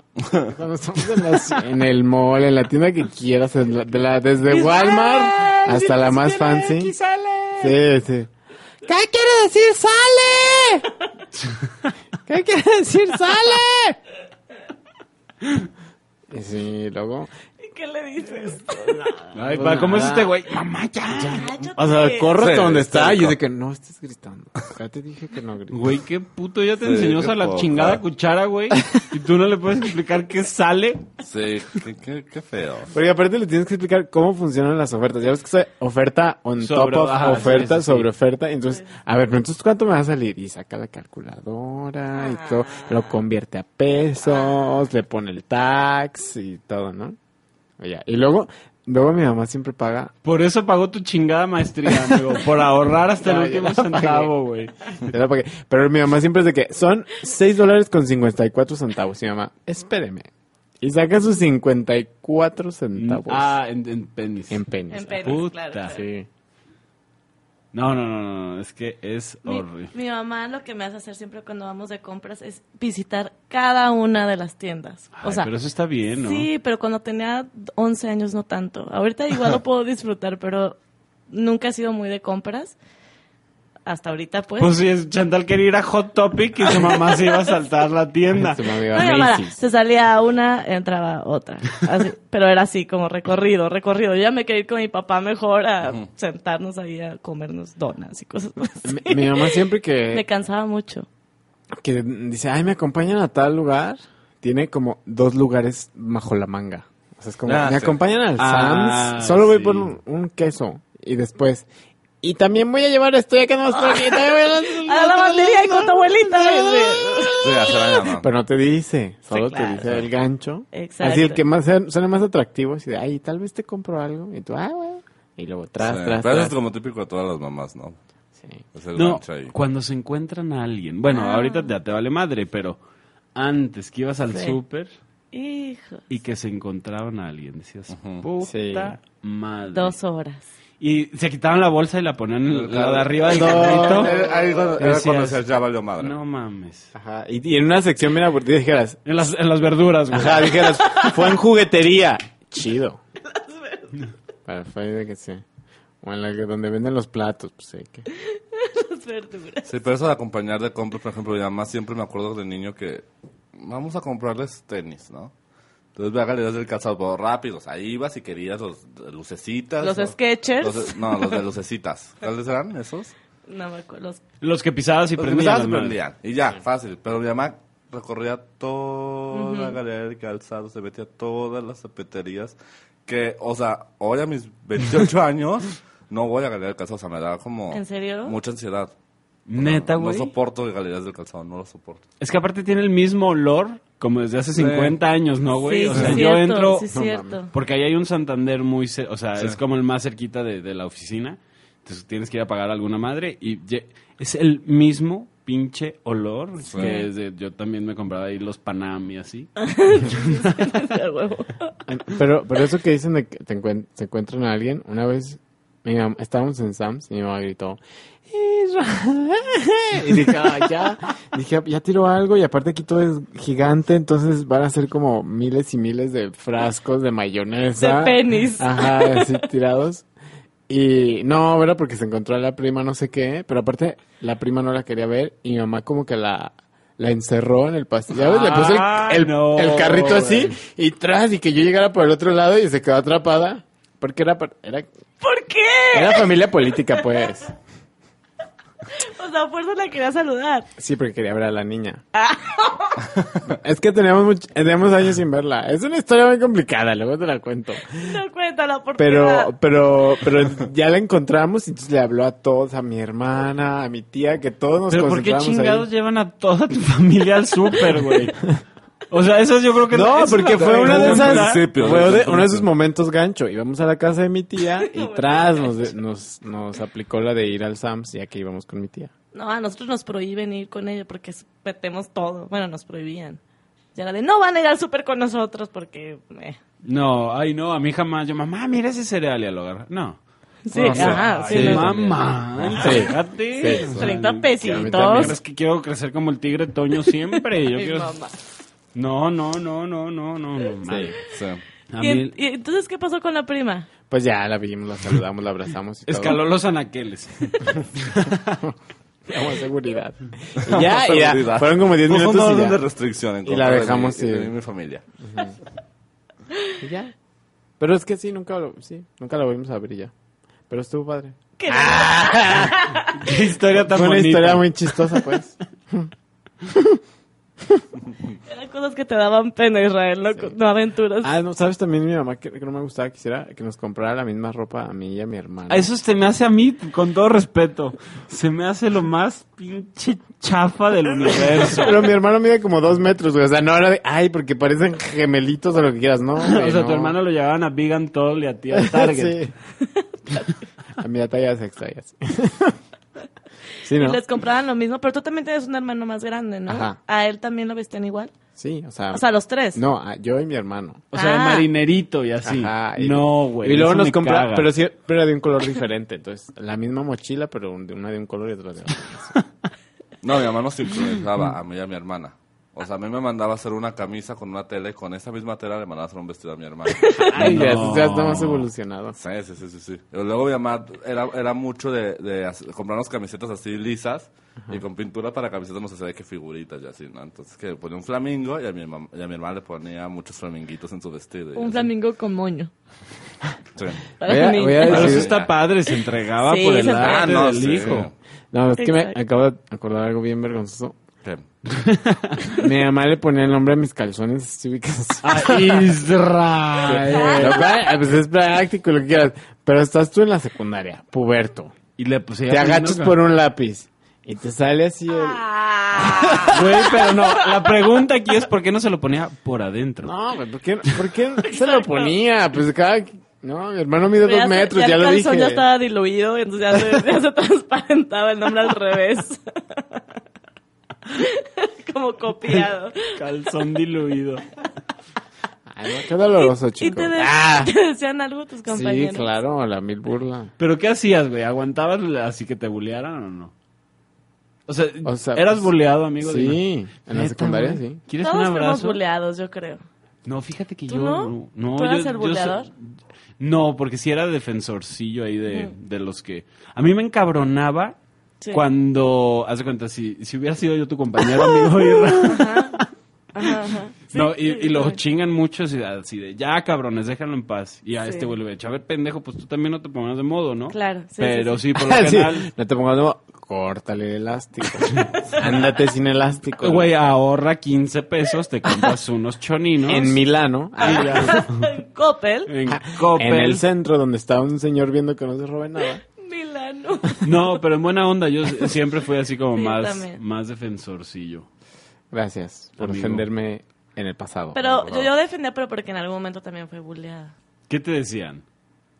Speaker 2: Cuando estamos en, las- en el mall, en la tienda que quieras, en la- de la- desde Walmart hasta la más fancy. Sí, sí. ¿Qué quiere decir sale? ¿Qué quiere decir sale? Y sí, luego.
Speaker 3: ¿Y qué le dices?
Speaker 5: Ay, pa, ¿Cómo es
Speaker 2: Nada.
Speaker 5: este güey? Mamá, ya.
Speaker 2: O sea, corro hasta
Speaker 4: Sí,
Speaker 2: donde
Speaker 4: está
Speaker 2: está y
Speaker 4: rico.
Speaker 2: dice que no estés gritando. Ya te dije que no grites.
Speaker 5: Güey, qué puto. Ya te
Speaker 4: Sí,
Speaker 5: enseñó
Speaker 4: qué
Speaker 5: a la
Speaker 4: poca.
Speaker 5: chingada cuchara, güey. Y tú no le puedes explicar qué sale.
Speaker 4: Sí, qué, qué, qué feo.
Speaker 2: Porque aparte le tienes que explicar cómo funcionan las ofertas. Ya ves que es oferta on
Speaker 5: Sobre-
Speaker 2: top of
Speaker 5: ajá,
Speaker 2: oferta
Speaker 5: sí, sí, sí.
Speaker 2: sobre oferta. Entonces, a ver, pero entonces ¿cuánto me va a salir? Y saca la calculadora y todo. Lo convierte a pesos, le pone el tax y todo, ¿no? Oye, y luego, luego mi mamá siempre paga.
Speaker 5: Por eso pagó tu chingada maestría, amigo. Por ahorrar hasta el
Speaker 2: Ya, ya
Speaker 5: último
Speaker 2: la pagué.
Speaker 5: centavo, güey.
Speaker 2: ya la pagué. Pero mi mamá siempre es de que son 6 dólares con 54 centavos. Y mi mamá, espéreme. Y saca sus 54 centavos
Speaker 5: Ah, en, en penis.
Speaker 2: en penis.
Speaker 3: En penis,
Speaker 5: Puta.
Speaker 3: claro, claro.
Speaker 2: Sí.
Speaker 5: No, no, no, no, no, es que es
Speaker 3: Mi,
Speaker 5: horrible.
Speaker 3: mi mamá lo que me hace hacer siempre cuando vamos de compras es visitar cada una de las tiendas.
Speaker 5: Ay,
Speaker 3: O sea,
Speaker 5: pero eso está bien, ¿no?
Speaker 3: Sí, pero cuando tenía 11 años no tanto. Ahorita igual lo puedo disfrutar, pero nunca he sido muy de compras. Hasta ahorita, pues.
Speaker 5: Pues sí, es- Chantal quería ir a Hot Topic y su mamá se iba a saltar la tienda.
Speaker 2: Su mamá
Speaker 3: No,
Speaker 2: iba
Speaker 3: mi
Speaker 2: a
Speaker 3: mamá,
Speaker 2: Macy's.
Speaker 3: se salía una, entraba otra. Así, pero era así, como recorrido, recorrido. Yo ya me quería ir con mi papá mejor a sentarnos ahí a comernos donas y cosas así.
Speaker 2: Mi, mi mamá siempre
Speaker 3: Me
Speaker 2: que
Speaker 3: cansaba mucho.
Speaker 2: que dice, ay, me acompañan a tal lugar, tiene como dos lugares bajo la manga. O sea, es como,
Speaker 4: Ah,
Speaker 2: me
Speaker 4: sí.
Speaker 2: acompañan al
Speaker 5: Ah,
Speaker 2: Sam's, solo voy
Speaker 5: sí.
Speaker 2: por un, un queso. Y después, y también voy a llevar esto ya que no estoy aquí, también voy a
Speaker 3: A la lavandería y con tu abuelita.
Speaker 4: Sí, ya se la llaman.
Speaker 2: Pero no te dice, solo
Speaker 3: claro.
Speaker 2: te dice el gancho.
Speaker 3: Exacto.
Speaker 2: Así el que más suena más atractivo, así de, ay, tal vez te compro algo. Y tú, ah, bueno. Y luego,
Speaker 4: Sí,
Speaker 2: tras,
Speaker 4: pero
Speaker 2: tras,
Speaker 4: eso
Speaker 2: tras.
Speaker 4: es como típico de todas las mamás, ¿no?
Speaker 2: Sí.
Speaker 4: Es el
Speaker 5: No,
Speaker 4: gancho ahí.
Speaker 5: cuando se encuentran a alguien. Bueno,
Speaker 3: Ah.
Speaker 5: ahorita ya te vale madre, pero antes que ibas al
Speaker 3: Sí.
Speaker 5: súper
Speaker 3: Hijo.
Speaker 5: y que se encontraban a alguien, decías,
Speaker 4: Ujú.
Speaker 5: puta
Speaker 2: Sí.
Speaker 5: madre.
Speaker 3: Dos horas.
Speaker 5: Y se quitaban la bolsa y la ponían en la de arriba del
Speaker 2: No.
Speaker 5: carrito.
Speaker 4: Era- Eh, ahí cuando- era cuando
Speaker 5: Decías,
Speaker 4: decías, ya valió madre.
Speaker 5: No mames.
Speaker 2: Ajá. Y, y en una sección, mira, porque dijeras,
Speaker 5: En las, en las verduras, güey.
Speaker 2: ajá, dijeras, fue en juguetería. Chido. Para fue de que sí. O en la que donde venden los platos, pues sí. Que...
Speaker 3: Las verduras.
Speaker 4: Sí, pero eso de acompañar de compras, por ejemplo, mi mamá siempre me acuerdo de niño que vamos a comprarles tenis, ¿no? Entonces ve a galerías del calzado pues, rápidos. Ahí ibas y querías los de lucecitas.
Speaker 3: Los
Speaker 4: o-
Speaker 3: Skechers.
Speaker 4: los de- no, los de lucecitas. ¿Cuáles eran esos?
Speaker 3: No me acuerdo. Los...
Speaker 5: Los que pisabas y
Speaker 4: Los que
Speaker 5: prendías.
Speaker 4: empezaban se
Speaker 5: madre.
Speaker 4: prendían. Y ya, fácil. Pero mi mamá recorría toda la galería del calzado, se metía a todas las zapaterías. Que, o sea, hoy a mis 28 años no voy a galería del calzado. O sea, me da como.
Speaker 3: ¿En serio?
Speaker 4: Mucha ansiedad.
Speaker 5: Neta,
Speaker 4: No
Speaker 5: güey.
Speaker 4: soporto galerías del calzado, no lo soporto.
Speaker 5: es que aparte tiene el mismo olor como desde hace 50 años, ¿no, güey?
Speaker 3: Sí,
Speaker 5: o
Speaker 3: sí,
Speaker 5: sea,
Speaker 3: es
Speaker 5: yo
Speaker 3: cierto,
Speaker 5: entro...
Speaker 3: Sí, es
Speaker 2: No
Speaker 3: cierto.
Speaker 5: Porque ahí hay un Santander muy... cer- O sea,
Speaker 4: Sí.
Speaker 5: es como el más cerquita de, de la oficina. Entonces tienes que ir a pagar a alguna madre y ye- es el mismo pinche olor
Speaker 4: Sí.
Speaker 5: que desde- yo también me compraba ahí los Panam y así.
Speaker 2: Ah,
Speaker 3: A huevo.
Speaker 2: Pero, pero eso que dicen de que te encuent- se encuentran a alguien, una vez mi mam- estábamos en Sam's y mi mamá gritó, "Israel". y dije, "Ah, ya, dije, ya tiró algo y aparte aquí todo es gigante, entonces van a ser como miles y miles de frascos de mayonesa.
Speaker 3: De penis.
Speaker 2: ah. Ajá, así tirados. Y no, era porque se encontró a la prima, no sé qué, pero aparte la prima no la quería ver y mi mamá como que la, la encerró en el pasillo. ¿Sabes? Le puso el,
Speaker 5: Ah,
Speaker 2: el-
Speaker 5: no,
Speaker 2: el carrito así
Speaker 5: güey.
Speaker 2: y tras y que yo llegara por el otro lado y se quedó atrapada. Porque era, par- era,
Speaker 3: ¿Por qué?
Speaker 2: era familia política, pues. Eh.
Speaker 3: O sea, a fuerza la quería saludar.
Speaker 2: Sí, porque quería ver a la niña. es que teníamos, much- teníamos años sin verla. Es una historia muy complicada, luego te la cuento.
Speaker 3: No cuenta la oportunidad.
Speaker 2: Pero, pero, pero ya la encontramos y entonces le habló a todos, a mi hermana, a mi tía, que todos nos
Speaker 5: Pero ¿por qué
Speaker 2: concentramos ahí.
Speaker 5: chingados llevan a toda tu familia al súper, güey? O sea, eso yo creo que...
Speaker 2: No,
Speaker 5: eso
Speaker 2: porque
Speaker 5: es la-
Speaker 2: fue una de esas.
Speaker 4: principio,
Speaker 2: fue
Speaker 4: desde
Speaker 2: de-
Speaker 4: el
Speaker 2: uno de esos
Speaker 4: principio.
Speaker 2: momentos gancho. Íbamos a la casa de mi tía y tras nos, nos, nos aplicó la de ir al Sams, ya que íbamos con mi tía.
Speaker 3: No, a nosotros nos prohíben ir con ellos porque metemos todo. Bueno, nos prohibían. Ya era de, no van a ir al súper con nosotros porque... eh.
Speaker 5: No, ay no, a mí jamás. Yo, mamá, mira ese cereal y lo agarra. No.
Speaker 3: Sí,
Speaker 2: No, o sea,
Speaker 3: ajá, sí,
Speaker 2: sí,
Speaker 3: no.
Speaker 2: mam-
Speaker 5: mamá,
Speaker 2: Sí.
Speaker 5: fíjate.
Speaker 2: Sí, sí.
Speaker 3: 30 pesitos.
Speaker 5: Es que quiero crecer como el tigre Toño siempre. Yo
Speaker 3: Ay,
Speaker 5: quiero...
Speaker 3: mamá.
Speaker 5: No, no, no, no, no, no. no madre.
Speaker 4: Sí.
Speaker 5: A
Speaker 3: ¿Y,
Speaker 5: mí
Speaker 3: en- y entonces qué pasó con la prima?
Speaker 2: Pues ya la vimos, la saludamos, la abrazamos. Y todo.
Speaker 5: escaló los anaqueles.
Speaker 2: Llamó a seguridad. Y ya, y
Speaker 4: Vamos a
Speaker 2: ya,
Speaker 4: olvidar.
Speaker 2: fueron como
Speaker 5: Pues,
Speaker 2: 10
Speaker 4: Puso una
Speaker 2: minutos y
Speaker 4: orden de
Speaker 2: ya.
Speaker 4: restricción. en
Speaker 2: Y la
Speaker 4: contra de
Speaker 2: dejamos
Speaker 4: mi-
Speaker 2: ir.
Speaker 4: de mi familia.
Speaker 2: Y ya. Pero es que sí, nunca lo, sí, nunca lo vimos a abrir ya. Pero estuvo padre.
Speaker 3: ¿Qué
Speaker 2: Ah.
Speaker 5: Qué historia tan
Speaker 2: Fue una
Speaker 5: bonita.
Speaker 2: historia muy chistosa, pues.
Speaker 3: Eran cosas que te daban pena, Israel, no, no aventuras.
Speaker 2: Ah, no, sabes también mi mamá que, que no me gustaba quisiera que nos comprara la misma ropa a mí y a mi hermana.
Speaker 5: A Ah, Eso se me hace a mí, con todo respeto. Se me hace lo más pinche chafa del universo.
Speaker 2: Pero mi hermano mide como dos metros, güey. O sea, no era de, ay, porque parecen gemelitos o lo que quieras, ¿no?
Speaker 5: o sea, tu hermano lo llevaban a Big and Tall y a ti a Target.
Speaker 2: Target. A mi talla sexta, ya sí. Sí,
Speaker 3: Y
Speaker 2: ¿no?
Speaker 3: les compraban lo mismo, pero tú también tienes un hermano más grande, ¿no?
Speaker 2: Ajá.
Speaker 3: A él también lo vestían igual.
Speaker 2: Sí, o sea.
Speaker 3: O sea, los tres.
Speaker 2: No, a- yo y mi hermano.
Speaker 5: O sea, de
Speaker 3: Ah.
Speaker 5: marinerito y así.
Speaker 2: Ajá, y-
Speaker 5: no, güey.
Speaker 2: Y luego
Speaker 5: eso
Speaker 2: nos
Speaker 5: me
Speaker 2: compra,
Speaker 5: caga.
Speaker 2: pero, sí, pero era de un color diferente. Entonces, la misma mochila, pero un- de una de un color y otra de otro.
Speaker 4: No, mi mamá no sincronizaba a mí y a mi hermana. O sea, a mí me mandaba hacer una camisa con una tela y con esa misma tela le mandaba hacer un vestido a mi hermana.
Speaker 2: Ay, ya,
Speaker 5: no.
Speaker 2: ya estamos evolucionados.
Speaker 4: Sí, sí, sí, sí. sí. Y Luego mi mamá era, era mucho de, de hacer- comprarnos camisetas así lisas y con pintura para camisetas no se sabe qué figuritas y así, ¿no? Entonces que ponía un flamingo y a mi, mam- y a mi hermana le ponía muchos flaminguitos en su vestido. y
Speaker 3: Un
Speaker 4: así.
Speaker 3: flamingo con moño.
Speaker 4: Sí.
Speaker 3: Para
Speaker 2: Voy a-
Speaker 3: mí.
Speaker 2: voy a
Speaker 5: Pero eso
Speaker 2: Sí.
Speaker 5: está padre, se entregaba
Speaker 3: Sí,
Speaker 5: por el
Speaker 3: se
Speaker 5: arte
Speaker 4: entregaba. Ah, no,
Speaker 5: del
Speaker 4: sí.
Speaker 5: hijo.
Speaker 2: No, es que me
Speaker 3: Exacto.
Speaker 2: acabo de acordar algo bien vergonzoso.
Speaker 4: ¿Qué?
Speaker 2: Mi mamá le ponía el nombre a mis calzones ¿sí ubicas?
Speaker 5: A Israel.
Speaker 2: Lo pra- pues es práctico lo que quieras. Pero estás tú en la secundaria, puberto.
Speaker 5: Y le puse
Speaker 2: Te agachas por un lápiz y te sale así el...
Speaker 3: Ah.
Speaker 2: Ah,
Speaker 5: Güey, pero no. La pregunta aquí es por qué no se lo ponía por adentro.
Speaker 2: No, güey, ¿por qué, por qué se lo ponía? Pues cada... No, mi hermano mide
Speaker 3: Pero
Speaker 2: dos
Speaker 3: se-
Speaker 2: metros,
Speaker 3: ya
Speaker 2: ya,
Speaker 3: el
Speaker 2: lo
Speaker 3: calzón
Speaker 2: dije.
Speaker 3: ya estaba diluido, entonces ya se, ya se transparentaba el nombre al revés. Como copiado.
Speaker 5: Calzón diluido.
Speaker 2: Ay, Ah, no, qué doloroso,
Speaker 3: ¿Y
Speaker 2: chico.
Speaker 3: te, de-
Speaker 2: Ah,
Speaker 3: te decían algo tus
Speaker 2: sí,
Speaker 3: compañeros?
Speaker 2: claro, la mil burla.
Speaker 5: ¿Pero qué hacías, güey? ¿Aguantabas así que te bulearan o no? O sea,
Speaker 2: O sea,
Speaker 5: ¿eras
Speaker 2: pues,
Speaker 5: buleado, amigo? Dime.
Speaker 2: Sí, en la
Speaker 5: Neta,
Speaker 2: secundaria,
Speaker 5: güey.
Speaker 2: sí.
Speaker 5: ¿Quieres un
Speaker 3: Todos fuimos
Speaker 5: abrazo?
Speaker 3: buleados, yo creo.
Speaker 5: No, fíjate que
Speaker 3: ¿Tú
Speaker 5: yo
Speaker 3: no?
Speaker 5: no. no,
Speaker 3: ¿Tú
Speaker 5: yo-
Speaker 3: eras el
Speaker 5: yo
Speaker 3: buleador?
Speaker 5: so- no, porque si era defensorcillo ahí de, de los que... A mí me encabronaba
Speaker 3: Sí.
Speaker 5: cuando... Haz de cuenta, si, si hubiera sido yo tu compañero, amigo, y-
Speaker 3: Ajá, ajá. Sí,
Speaker 5: no, y,
Speaker 3: sí,
Speaker 5: y los
Speaker 3: sí.
Speaker 5: chingan mucho así, así de, ya cabrones, déjalo en paz. Y a
Speaker 3: Sí.
Speaker 5: este vuelve, a ver, pendejo, pues tú también no te pongas de modo, ¿no?
Speaker 3: Claro, sí, sí,
Speaker 5: Pero
Speaker 3: sí.
Speaker 5: sí, por lo
Speaker 2: Sí,
Speaker 5: general...
Speaker 2: No te pongas nuevo. Córtale el elástico. Ándate sin elástico.
Speaker 5: Güey, ahorra 15 pesos, te compras unos choninos.
Speaker 2: En Milano.
Speaker 5: Ah,
Speaker 3: Coppel,
Speaker 5: En Coppel.
Speaker 2: En el centro donde está un señor viendo que no se robe nada.
Speaker 3: Milano.
Speaker 5: No, pero en buena onda, yo siempre fui así como
Speaker 3: Sí, yo
Speaker 5: más,
Speaker 3: también.
Speaker 5: más defensorcillo.
Speaker 2: Gracias por
Speaker 5: Amigo.
Speaker 2: defenderme en el pasado.
Speaker 3: Pero
Speaker 2: Abogado.
Speaker 3: yo, yo defendía, pero porque en algún momento también fue buleada.
Speaker 5: ¿Qué te decían?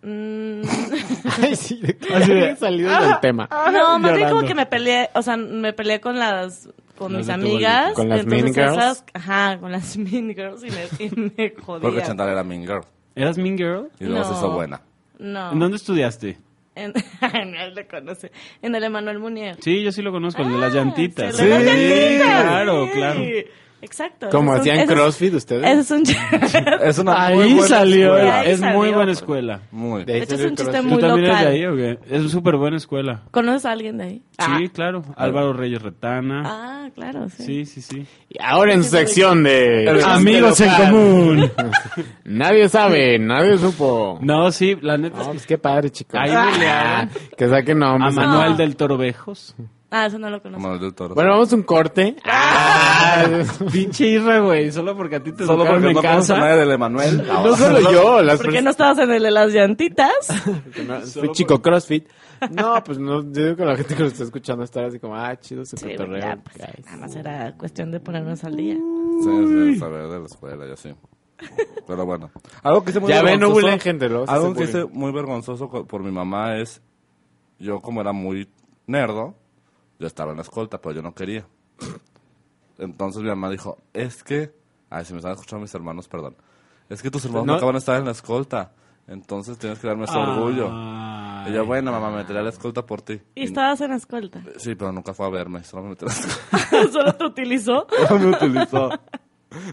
Speaker 3: Mm,
Speaker 2: Ay, sí, de que
Speaker 5: Así de- Ah,
Speaker 2: he salido del tema.
Speaker 3: no, más bien
Speaker 5: Llorando.
Speaker 3: como que me peleé, o sea, me peleé con las con
Speaker 5: Las
Speaker 3: mis
Speaker 5: de tu
Speaker 3: amigas,
Speaker 2: bolita. Con las
Speaker 3: entonces
Speaker 2: mean girls.
Speaker 3: esas, ajá, con las mean girls y me, y me jodía.
Speaker 4: Porque Chantal era Mean Girl.
Speaker 5: ¿Eras Mean Girl?
Speaker 4: Y luego se
Speaker 3: No.
Speaker 4: hizo buena.
Speaker 3: No.
Speaker 5: ¿En dónde estudiaste?
Speaker 3: En, no le conoce. En el Emanuel Munier.
Speaker 5: Sí, yo sí lo conozco, el de
Speaker 3: Ah,
Speaker 5: las llantitas.
Speaker 3: Sí, de las
Speaker 2: Sí,
Speaker 3: llantitas,
Speaker 5: claro,
Speaker 3: sí.
Speaker 5: claro. ah.
Speaker 3: Exacto.
Speaker 2: Como
Speaker 3: ese es un-
Speaker 2: hacían
Speaker 3: ese es-
Speaker 2: CrossFit ustedes.
Speaker 3: Ese es un chiste.
Speaker 4: Es una muy
Speaker 5: Ahí
Speaker 4: buena
Speaker 5: salió,
Speaker 4: escuela.
Speaker 3: Ahí
Speaker 5: es muy
Speaker 3: salió. pues.
Speaker 5: buena escuela.
Speaker 4: Muy.
Speaker 2: De ahí
Speaker 3: De hecho, es
Speaker 2: salió
Speaker 3: un
Speaker 2: el
Speaker 3: chiste
Speaker 2: corazón.
Speaker 3: Muy
Speaker 5: ¿Tú también eres de
Speaker 3: local.
Speaker 5: ahí o qué? Es súper buena escuela.
Speaker 3: ¿Conoces a alguien de ahí?
Speaker 5: Sí, claro. Álvaro Reyes Retana.
Speaker 3: Ah, claro, sí.
Speaker 5: Sí, sí, sí.
Speaker 2: Y ahora en su sección de...
Speaker 5: Este Amigos en
Speaker 2: local.
Speaker 5: común.
Speaker 2: Nadie sabe, nadie supo.
Speaker 5: No, sí, la neta es
Speaker 2: No,
Speaker 5: que
Speaker 2: pues qué padre, chicos. Ah,
Speaker 5: Ahí bulearon.
Speaker 2: que saquen
Speaker 5: a
Speaker 2: nombres.
Speaker 5: Manuel del Toro Vejos.
Speaker 3: Ah, eso no lo conozco.
Speaker 4: Manuel del Toro.
Speaker 2: Bueno, vamos a un corte.
Speaker 5: Ah.
Speaker 2: Ah.
Speaker 5: Pinche irra, güey. Solo porque a ti te
Speaker 4: solo
Speaker 5: tocaron
Speaker 4: porque
Speaker 5: en
Speaker 4: no conoces a nadie
Speaker 5: casa.
Speaker 4: del Emanuel.
Speaker 2: No solo yo, las
Speaker 3: ¿Por qué no estabas en el de las llantitas?
Speaker 2: personas. Soy chico CrossFit. No, pues no, yo digo que la gente que lo está escuchando estará así como, ah, chido su
Speaker 3: Sí,
Speaker 2: cotorreo.
Speaker 3: ya, pues,
Speaker 2: guys.
Speaker 3: nada más era cuestión de ponernos al día.
Speaker 5: Uh.
Speaker 4: Sí, sí, saber de la escuela y así. Pero bueno. Algo que hice muy
Speaker 2: Ya ven, no
Speaker 4: vergonzoso.
Speaker 2: bulen gente, luego se
Speaker 4: Algo
Speaker 2: hace
Speaker 4: que hice
Speaker 2: bullying.
Speaker 4: muy vergonzoso co- por mi mamá es. Yo, como era muy nerdo, yo estaba en la escolta, pero yo no quería. Entonces mi mamá dijo: Es que. Ay, si me están escuchando mis hermanos, perdón. Es que tus hermanos
Speaker 2: No.
Speaker 4: no acaban de estar en la escolta. Entonces tienes que darme ese orgullo. Y
Speaker 2: Ah,
Speaker 4: yo, bueno, mamá, me meteré a la escolta por ti.
Speaker 3: Y estabas en escolta.
Speaker 4: Sí, pero nunca fue a verme, solo me metió a la escolta.
Speaker 3: Solo te utilizó.
Speaker 4: No me utilizó.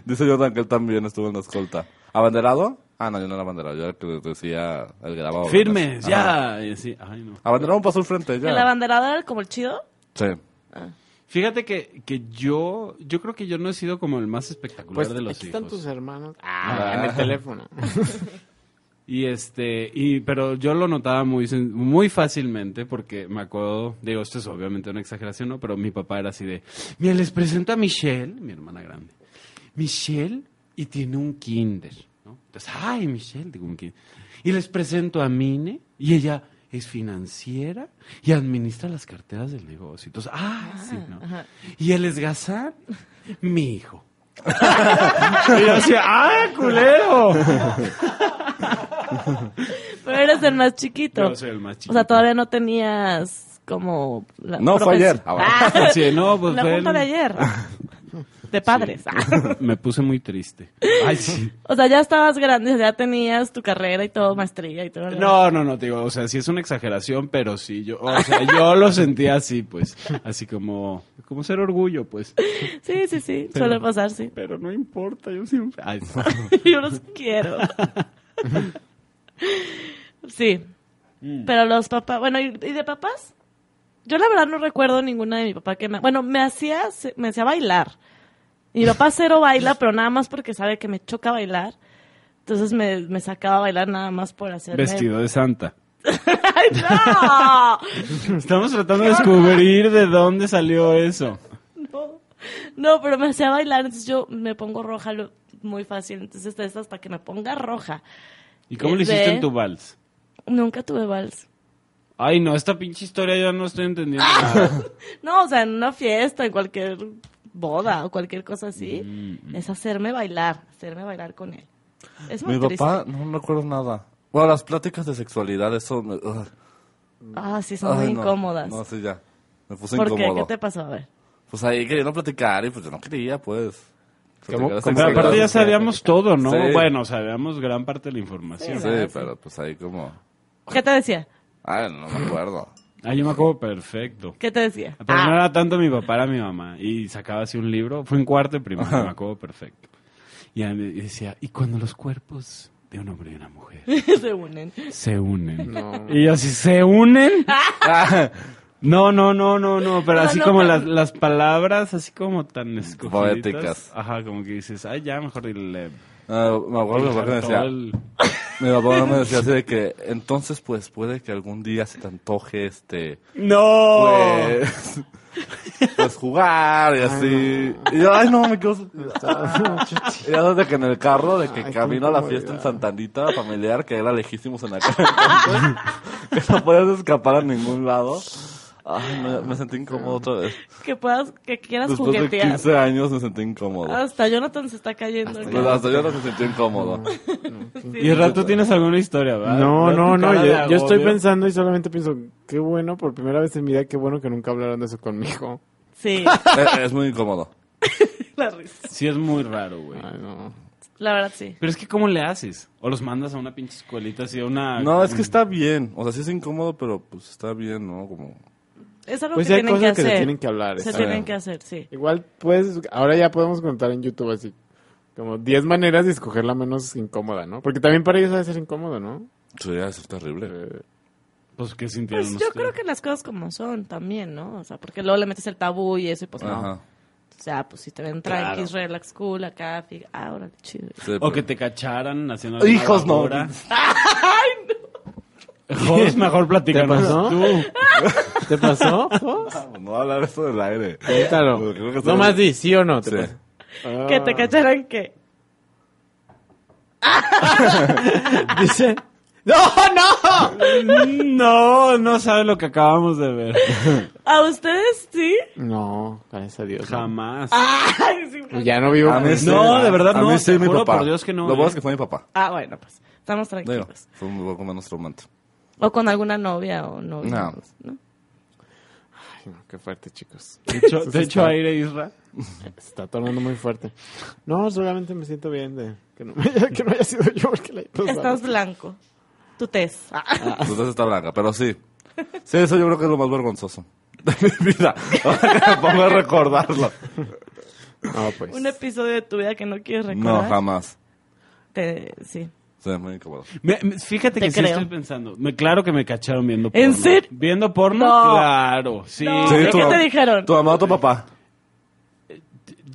Speaker 4: Dice Jordan que él también estuvo en la escolta. ¿Abanderado? Ah, no, yo no era abanderado. Yo era el que decía el grabado.
Speaker 5: Firmes, ya. Y así, ay, no.
Speaker 4: Abanderado pasó al frente,
Speaker 3: El
Speaker 4: ya.
Speaker 3: abanderado era como el chido.
Speaker 4: Sí.
Speaker 5: Fíjate que, que yo, yo creo que yo no he sido como el más espectacular
Speaker 2: Pues
Speaker 5: de
Speaker 2: aquí
Speaker 5: los
Speaker 2: están
Speaker 5: hijos.
Speaker 2: tus hermanos. Ah, en el teléfono.
Speaker 5: Y este, y, pero yo lo notaba muy, sen- muy fácilmente porque me acuerdo, digo, esto es obviamente una exageración, ¿no? Pero mi papá era así de, mira, les presento a Michelle, mi hermana grande. Michelle y tiene un kinder, ¿no? Entonces, ay, Michelle, digo un kinder. Y les presento a Mine y ella es financiera y administra las carteras del negocio. Entonces, ah, sí, ¿no? Y él es Gazán, mi hijo. y yo decía, ah, culero.
Speaker 3: Pero eres el más chiquito.
Speaker 5: Yo soy el más
Speaker 3: O sea,
Speaker 5: chiquito.
Speaker 3: todavía no tenías como... la
Speaker 4: No, fue
Speaker 3: propensi-
Speaker 4: ayer. Ah, bueno.
Speaker 3: Ah,
Speaker 5: Sí, no, pues,
Speaker 3: la
Speaker 5: fue
Speaker 3: junta
Speaker 5: el-
Speaker 3: de ayer. De padres. Ah.
Speaker 5: Me puse muy triste. Ay, sí.
Speaker 3: O sea, ya estabas grande, ya tenías tu carrera y todo, maestría y todo. ¿no?
Speaker 5: No, no, no, te digo, o sea, sí es una exageración, pero sí, yo, o sea, yo lo sentía así, pues, así como, como ser orgullo, pues.
Speaker 3: Sí, sí, sí, suele pasar, sí.
Speaker 5: Pero no importa, yo siempre... Ay, sí.
Speaker 3: Yo los quiero. Sí. Pero los papás, bueno, ¿y, y de papás? Yo la verdad no recuerdo ninguna de mi papá que me... Bueno, me hacía, me hacía bailar. Y mi papá cero baila, pero nada más porque sabe que me choca bailar. Entonces me, me sacaba a bailar nada más por hacerme...
Speaker 5: Vestido de santa.
Speaker 3: ¡Ay, no!
Speaker 5: Estamos tratando de descubrir de dónde salió eso.
Speaker 3: No. No, pero me hacía bailar, entonces yo me pongo roja lo- muy fácil. Entonces, de estas para que me ponga roja.
Speaker 5: ¿Y cómo lo hiciste
Speaker 3: Ve.
Speaker 5: en tu vals?
Speaker 3: Nunca tuve vals.
Speaker 5: Ay, no, esta pinche historia yo no estoy entendiendo
Speaker 3: Ah.
Speaker 5: nada.
Speaker 3: No, o sea, en una fiesta, en cualquier boda o cualquier cosa así, es hacerme bailar, hacerme bailar con él. Es muy
Speaker 4: Mi
Speaker 3: triste.
Speaker 4: papá, no me acuerdo nada. Bueno, las pláticas de sexualidad, eso... me- ugh.
Speaker 3: Ah, sí, son muy
Speaker 4: Ay, no.
Speaker 3: incómodas.
Speaker 4: No, sí, ya. Me puse
Speaker 3: ¿Por qué?
Speaker 4: incómodo.
Speaker 3: ¿Qué te pasó? A ver.
Speaker 4: Pues ahí queriendo platicar y pues yo no quería, pues.
Speaker 2: ¿Cómo- cómo
Speaker 4: Platicar
Speaker 5: Pero
Speaker 4: sexualidad.
Speaker 5: aparte ya sabíamos todo, ¿no?
Speaker 4: Sí.
Speaker 5: Bueno, sabíamos gran parte de la información.
Speaker 4: Sí, pero pues ahí como...
Speaker 3: ¿Qué te decía?
Speaker 4: Ay, no me acuerdo.
Speaker 5: Ah, yo me acuerdo perfecto.
Speaker 3: ¿Qué te decía?
Speaker 5: Ah,
Speaker 3: Ah,
Speaker 5: Pero no era tanto mi papá, era mi mamá. Y sacaba así un libro. Fue en cuarto de primaria, me acuerdo perfecto. Y a mí- y decía, y cuando los cuerpos de un hombre y una mujer
Speaker 3: Se unen.
Speaker 5: se unen. Y yo así, ¿se unen? No, no, no, no, no, pero
Speaker 3: No,
Speaker 5: así
Speaker 3: no,
Speaker 5: como
Speaker 3: tan-
Speaker 5: las, las palabras, así como tan escogidas.
Speaker 4: Poéticas.
Speaker 5: Ajá, como que dices, ay, ya, mejor dile.
Speaker 4: Ah, me acuerdo mi papá que me decía...
Speaker 5: el-
Speaker 4: Mi papá me decía así de que... Entonces, pues, puede que algún día se te antoje este...
Speaker 5: ¡No!
Speaker 4: Pues... pues jugar y así. Y yo, ay, no, me quedo... Y ya desde que en el carro, de que
Speaker 2: Ay,
Speaker 4: camino
Speaker 2: qué
Speaker 4: a la fiesta en
Speaker 2: incomodidad.
Speaker 4: Santanita familiar, que era lejísimos en la calle, que no podías escapar a ningún lado. Ay, me, me sentí incómodo otra vez.
Speaker 3: Que puedas, que quieras
Speaker 4: Después de
Speaker 3: juguetear.
Speaker 4: 15 años me sentí incómodo.
Speaker 3: Hasta Jonathan se está cayendo. acá.
Speaker 4: Pues hasta yo no me sentí incómodo.
Speaker 3: Sí.
Speaker 5: Y Ra, tú tienes alguna historia, ¿verdad?
Speaker 2: No,
Speaker 5: Veo
Speaker 2: no,
Speaker 5: tu
Speaker 2: no.
Speaker 5: cara de
Speaker 2: Yo, yo estoy
Speaker 5: agobio.
Speaker 2: pensando y solamente pienso, qué bueno, por primera vez en mi vida, qué bueno que nunca hablaron de eso conmigo.
Speaker 3: Sí,
Speaker 4: es, es muy incómodo.
Speaker 3: la risa.
Speaker 5: Sí, es muy raro, güey.
Speaker 2: Ay, no.
Speaker 3: La verdad, sí.
Speaker 5: Pero es que, ¿cómo le haces? ¿O los mandas a una pinche escuelita así, a una...
Speaker 4: No, es que está bien. O sea, sí es incómodo, pero pues está bien, ¿no? Como...
Speaker 3: Es algo
Speaker 2: Pues sí
Speaker 3: que
Speaker 2: hay
Speaker 3: tienen que
Speaker 2: cosas que,
Speaker 3: hacer.
Speaker 2: se tienen que hablar.
Speaker 3: Se
Speaker 2: está
Speaker 3: tienen
Speaker 2: bien.
Speaker 3: que hacer, sí.
Speaker 2: Igual, pues, ahora ya podemos contar en YouTube así, como 10 maneras de escoger la menos incómoda, ¿no? Porque también para ellos ha de ser incómodo, ¿no?
Speaker 4: Sí, eso es terrible.
Speaker 2: Eh,
Speaker 5: Pues, ¿qué sintieron
Speaker 3: Pues yo
Speaker 5: ustedes?
Speaker 3: creo que las cosas como son también, ¿no? O sea, porque luego le metes el tabú y eso y pues no.
Speaker 4: Ajá.
Speaker 3: O sea, pues si te ven tranquis, relax, cool, acá, figa. Ah, órale, chido.
Speaker 4: Sí,
Speaker 5: O
Speaker 4: pero-
Speaker 5: que te cacharan haciendo alguna
Speaker 4: Hijos, no.
Speaker 5: basura. Jos, mejor platícanos
Speaker 2: ¿Te pasó?
Speaker 5: tú.
Speaker 2: ¿Te pasó?
Speaker 4: No, no hablar esto del aire.
Speaker 2: Cuéntalo.
Speaker 4: Pues, Creo que está
Speaker 2: No
Speaker 4: bien.
Speaker 2: más di, ¿sí o no? ¿Te
Speaker 4: Sí.
Speaker 2: pasó? Ah.
Speaker 3: Que te cacharan que.
Speaker 2: Dice... ¡No, no!
Speaker 5: No, no sabe lo que acabamos de ver.
Speaker 3: ¿A ustedes sí?
Speaker 2: No, gracias a Dios. no.
Speaker 5: Jamás.
Speaker 3: Ay, sí.
Speaker 2: Pues Ya no vivo
Speaker 4: A
Speaker 2: con
Speaker 4: mí
Speaker 2: eso.
Speaker 4: sí.
Speaker 5: No, de verdad
Speaker 4: A
Speaker 5: no,
Speaker 4: mí
Speaker 5: te
Speaker 4: sí, mi
Speaker 5: juro
Speaker 4: papá.
Speaker 5: por Dios que no,
Speaker 4: Lo bueno
Speaker 5: eh.
Speaker 4: es que fue mi papá.
Speaker 3: Ah, bueno, pues estamos
Speaker 4: Digo,
Speaker 3: tranquilos.
Speaker 4: fue un poco menos traumante.
Speaker 3: O con alguna novia o novio.
Speaker 4: No.
Speaker 3: pues, ¿no?
Speaker 2: Ay, no, qué fuerte, chicos.
Speaker 5: De hecho, de hecho aire, Isra.
Speaker 2: Está todo el mundo muy fuerte. No, solamente me siento bien de que no, que no haya sido yo el que la he pasado.
Speaker 3: Estás blanco. Tu tez. Pues Ah.
Speaker 4: Entonces está blanca, pero sí. Sí, eso yo creo que es lo más vergonzoso de mi vida. Ahora que me pongo a recordarlo.
Speaker 2: No, pues.
Speaker 3: Un episodio de tu vida que no quieres recordar.
Speaker 4: No, jamás.
Speaker 3: Te- sí.
Speaker 4: Sí, es muy incómodo.
Speaker 5: Me- me- fíjate
Speaker 3: Te
Speaker 5: que sí
Speaker 3: creo.
Speaker 5: estoy pensando. Me, claro que me cacharon viendo porno.
Speaker 3: ¿En serio?
Speaker 5: ¿Viendo porno?
Speaker 3: No.
Speaker 5: Claro, sí.
Speaker 3: No.
Speaker 4: Sí,
Speaker 3: ¿Qué
Speaker 4: tu
Speaker 3: te
Speaker 4: mam-
Speaker 3: dijeron?
Speaker 4: Tu mamá o tu papá.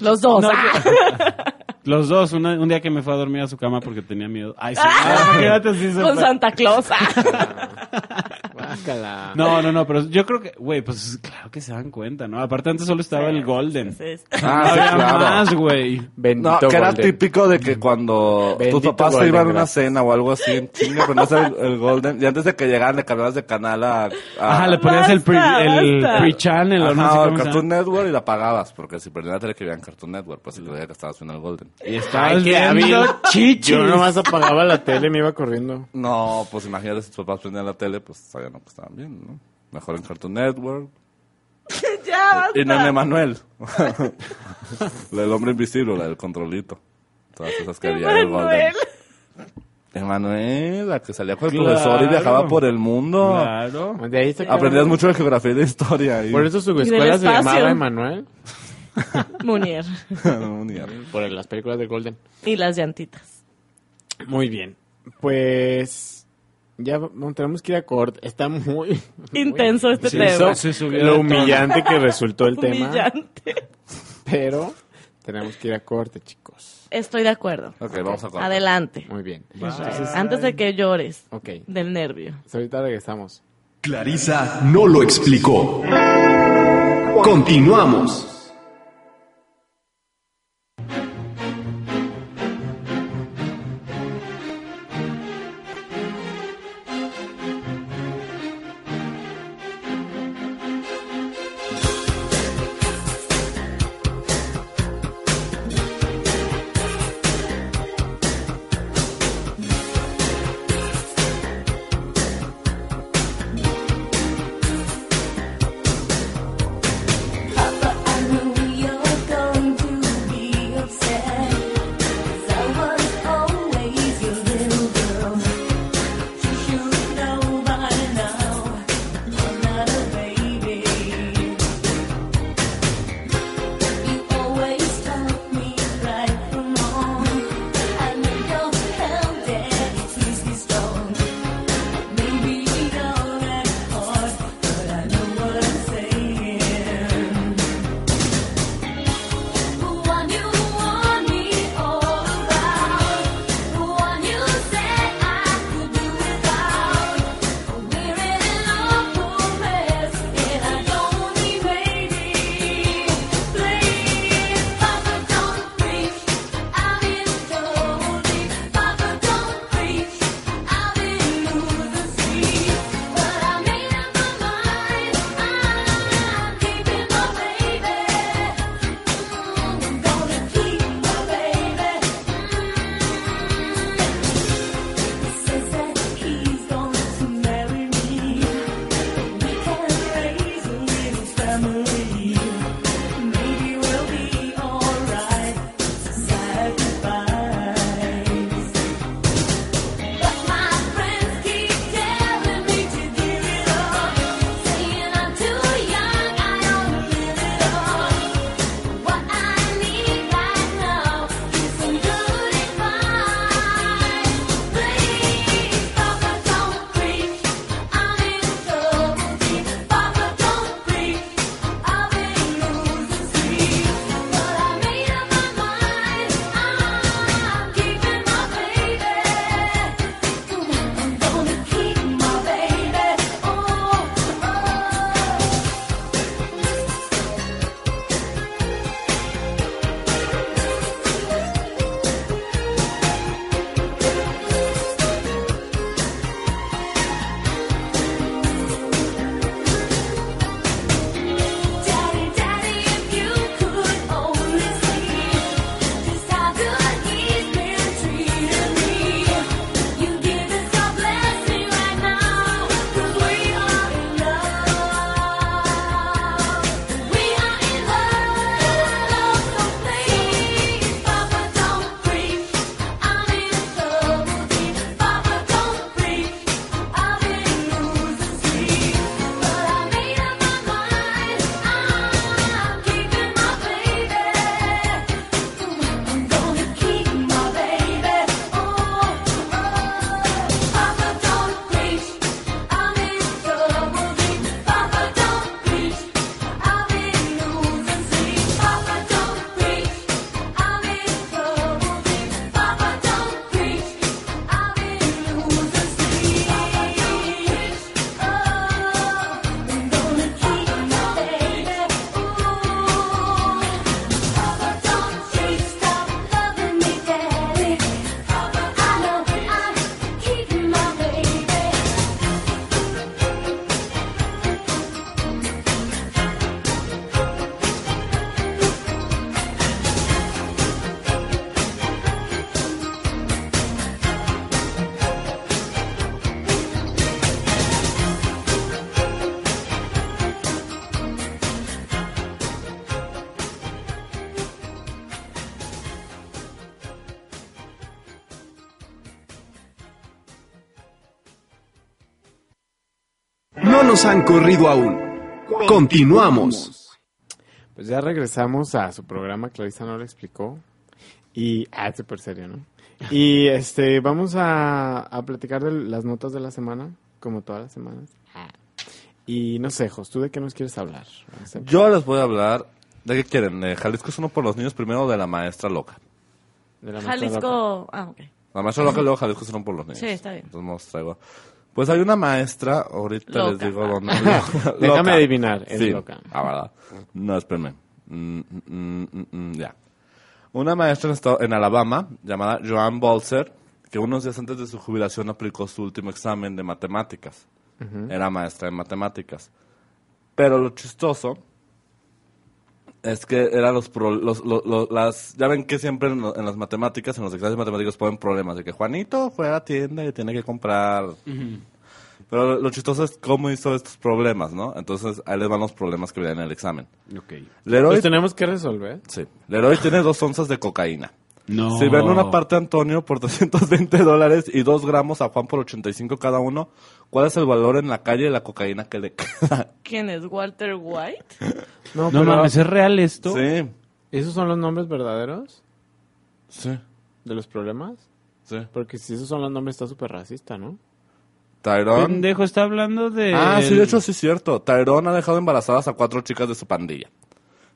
Speaker 3: Los dos.
Speaker 5: No,
Speaker 3: Ah.
Speaker 5: Los dos, una- un día que me fue a dormir a su cama porque tenía miedo. Ay, sí. Ah, imagínate si se
Speaker 3: Con
Speaker 5: fue.
Speaker 3: Santa Claus. Ah.
Speaker 4: Ah.
Speaker 2: Guácala.
Speaker 5: No, no, no, pero yo creo que, güey, pues claro que se dan cuenta, ¿no? Aparte antes solo estaba el Golden.
Speaker 3: Entonces,
Speaker 4: Ah,
Speaker 5: No
Speaker 4: sí,
Speaker 5: había
Speaker 4: claro.
Speaker 5: más, güey.
Speaker 2: Bendito
Speaker 4: No, que era
Speaker 2: Golden.
Speaker 4: típico de que cuando
Speaker 2: Bendito
Speaker 4: tus papás se
Speaker 2: Golden,
Speaker 4: iban a una
Speaker 2: gracias.
Speaker 4: cena o algo así, en chinga, ponías el, el Golden. Y antes de que llegaran, le cambiabas de canal a. a-
Speaker 5: Ajá, le ponías el
Speaker 3: Basta,
Speaker 5: pre- el
Speaker 3: basta.
Speaker 5: pre-channel o no
Speaker 4: Ah. Ajá, o
Speaker 5: sé cómo se llama.
Speaker 4: Cartoon Network y la pagabas. Porque si perdías la tele que veían Cartoon Network, pues si creía que estabas viendo el Golden.
Speaker 5: Y estabas
Speaker 2: Ay, qué
Speaker 5: viendo
Speaker 2: hábil.
Speaker 5: chichis.
Speaker 2: Yo nomás apagaba la tele y me iba corriendo.
Speaker 4: No, pues imagínate si tus papás prendían la tele, pues sabían lo que estaban viendo, ¿no? Mejor en Cartoon Network.
Speaker 3: ya basta.
Speaker 4: Y no en Emanuel. la del hombre invisible, la del controlito. Todas esas que había en el Golden.
Speaker 3: Manuel.
Speaker 4: Emanuel, la que salía con el
Speaker 5: Claro.
Speaker 4: profesor y viajaba por el mundo.
Speaker 5: Claro.
Speaker 2: De ahí sacaron-
Speaker 4: Aprendías mucho de geografía y de historia. Y...
Speaker 2: Por eso su escuela se
Speaker 3: espacio.
Speaker 2: llamaba Emanuel.
Speaker 3: Munier.
Speaker 4: No, ni idea.
Speaker 2: Por las películas de Golden.
Speaker 3: Y las llantitas.
Speaker 2: Muy bien. Pues. Ya no, tenemos que ir a corte. Está muy.
Speaker 3: Intenso este
Speaker 5: Sí,
Speaker 3: tema.
Speaker 5: so- se subió de
Speaker 2: Lo
Speaker 5: tono.
Speaker 2: humillante que resultó el tema.
Speaker 3: Humillante.
Speaker 2: Pero tenemos que ir a corte, chicos.
Speaker 3: Estoy de acuerdo.
Speaker 4: Ok, vamos a cortar.
Speaker 3: Adelante.
Speaker 2: Muy bien.
Speaker 5: Ah. Pues,
Speaker 3: Antes de que llores
Speaker 2: Ok.
Speaker 3: del nervio.
Speaker 2: Entonces, Ahorita regresamos.
Speaker 1: Clarisa no lo explicó. Continuamos. No nos han corrido aún. Continuamos.
Speaker 2: Pues ya regresamos a su programa, Clarisa no lo explicó. Y, ah, es súper serio, ¿no? Y este, vamos a, a platicar de las notas de la semana, como todas las semanas. Y no sé, Jos, ¿tú de qué nos quieres hablar? No sé.
Speaker 4: Yo les voy a hablar. ¿De qué quieren? ¿De Jalisco es uno por los niños primero o de la maestra loca?
Speaker 2: De la maestra loca.
Speaker 3: Jalisco. Ah, ok.
Speaker 4: La maestra loca y luego Jalisco es uno por los niños.
Speaker 3: Sí, está bien.
Speaker 4: Entonces no os traigo. Pues hay una maestra, ahorita les
Speaker 3: Loca.
Speaker 4: digo dónde. Loca.
Speaker 2: Déjame adivinar, es loca.
Speaker 4: Ah, ¿verdad? No, espérame. Mm, mm, mm, mm, ya. Una maestra en, estado- en Alabama llamada Joan Bolzer, que unos días antes de su jubilación aplicó su último examen de matemáticas. Era maestra de matemáticas. Pero lo chistoso es que eran los, pro- los- lo- lo- las... Ya ven que siempre en, lo- en las matemáticas, en los exámenes de matemáticas ponen problemas de que Juanito fue a la tienda y tiene que comprar... Pero lo, lo chistoso es cómo hizo estos problemas, ¿no? Entonces ahí les van los problemas que venían en el examen.
Speaker 5: Ok.
Speaker 4: Leroy,
Speaker 2: Los Pues
Speaker 5: Este-
Speaker 2: tenemos que resolver.
Speaker 4: sí. Leroy tiene dos onzas de cocaína.
Speaker 5: No.
Speaker 4: Si ven una parte a Antonio por 320 dólares y dos gramos a Juan por 85 cada uno, ¿cuál es el valor en la calle de la cocaína que le queda?
Speaker 3: ¿Quién es? ¿Walter White?
Speaker 2: No,
Speaker 5: No
Speaker 2: pero
Speaker 5: mames, ¿es real esto?
Speaker 4: Sí,
Speaker 2: ¿esos son los nombres verdaderos
Speaker 4: sí,
Speaker 2: de los problemas?
Speaker 4: sí.
Speaker 2: Porque si esos son los nombres está súper racista, ¿no?
Speaker 4: Tyrone.
Speaker 5: Pendejo, está hablando de...
Speaker 4: Ah, sí, de hecho sí es cierto. Tyrone ha dejado embarazadas a cuatro chicas de su pandilla.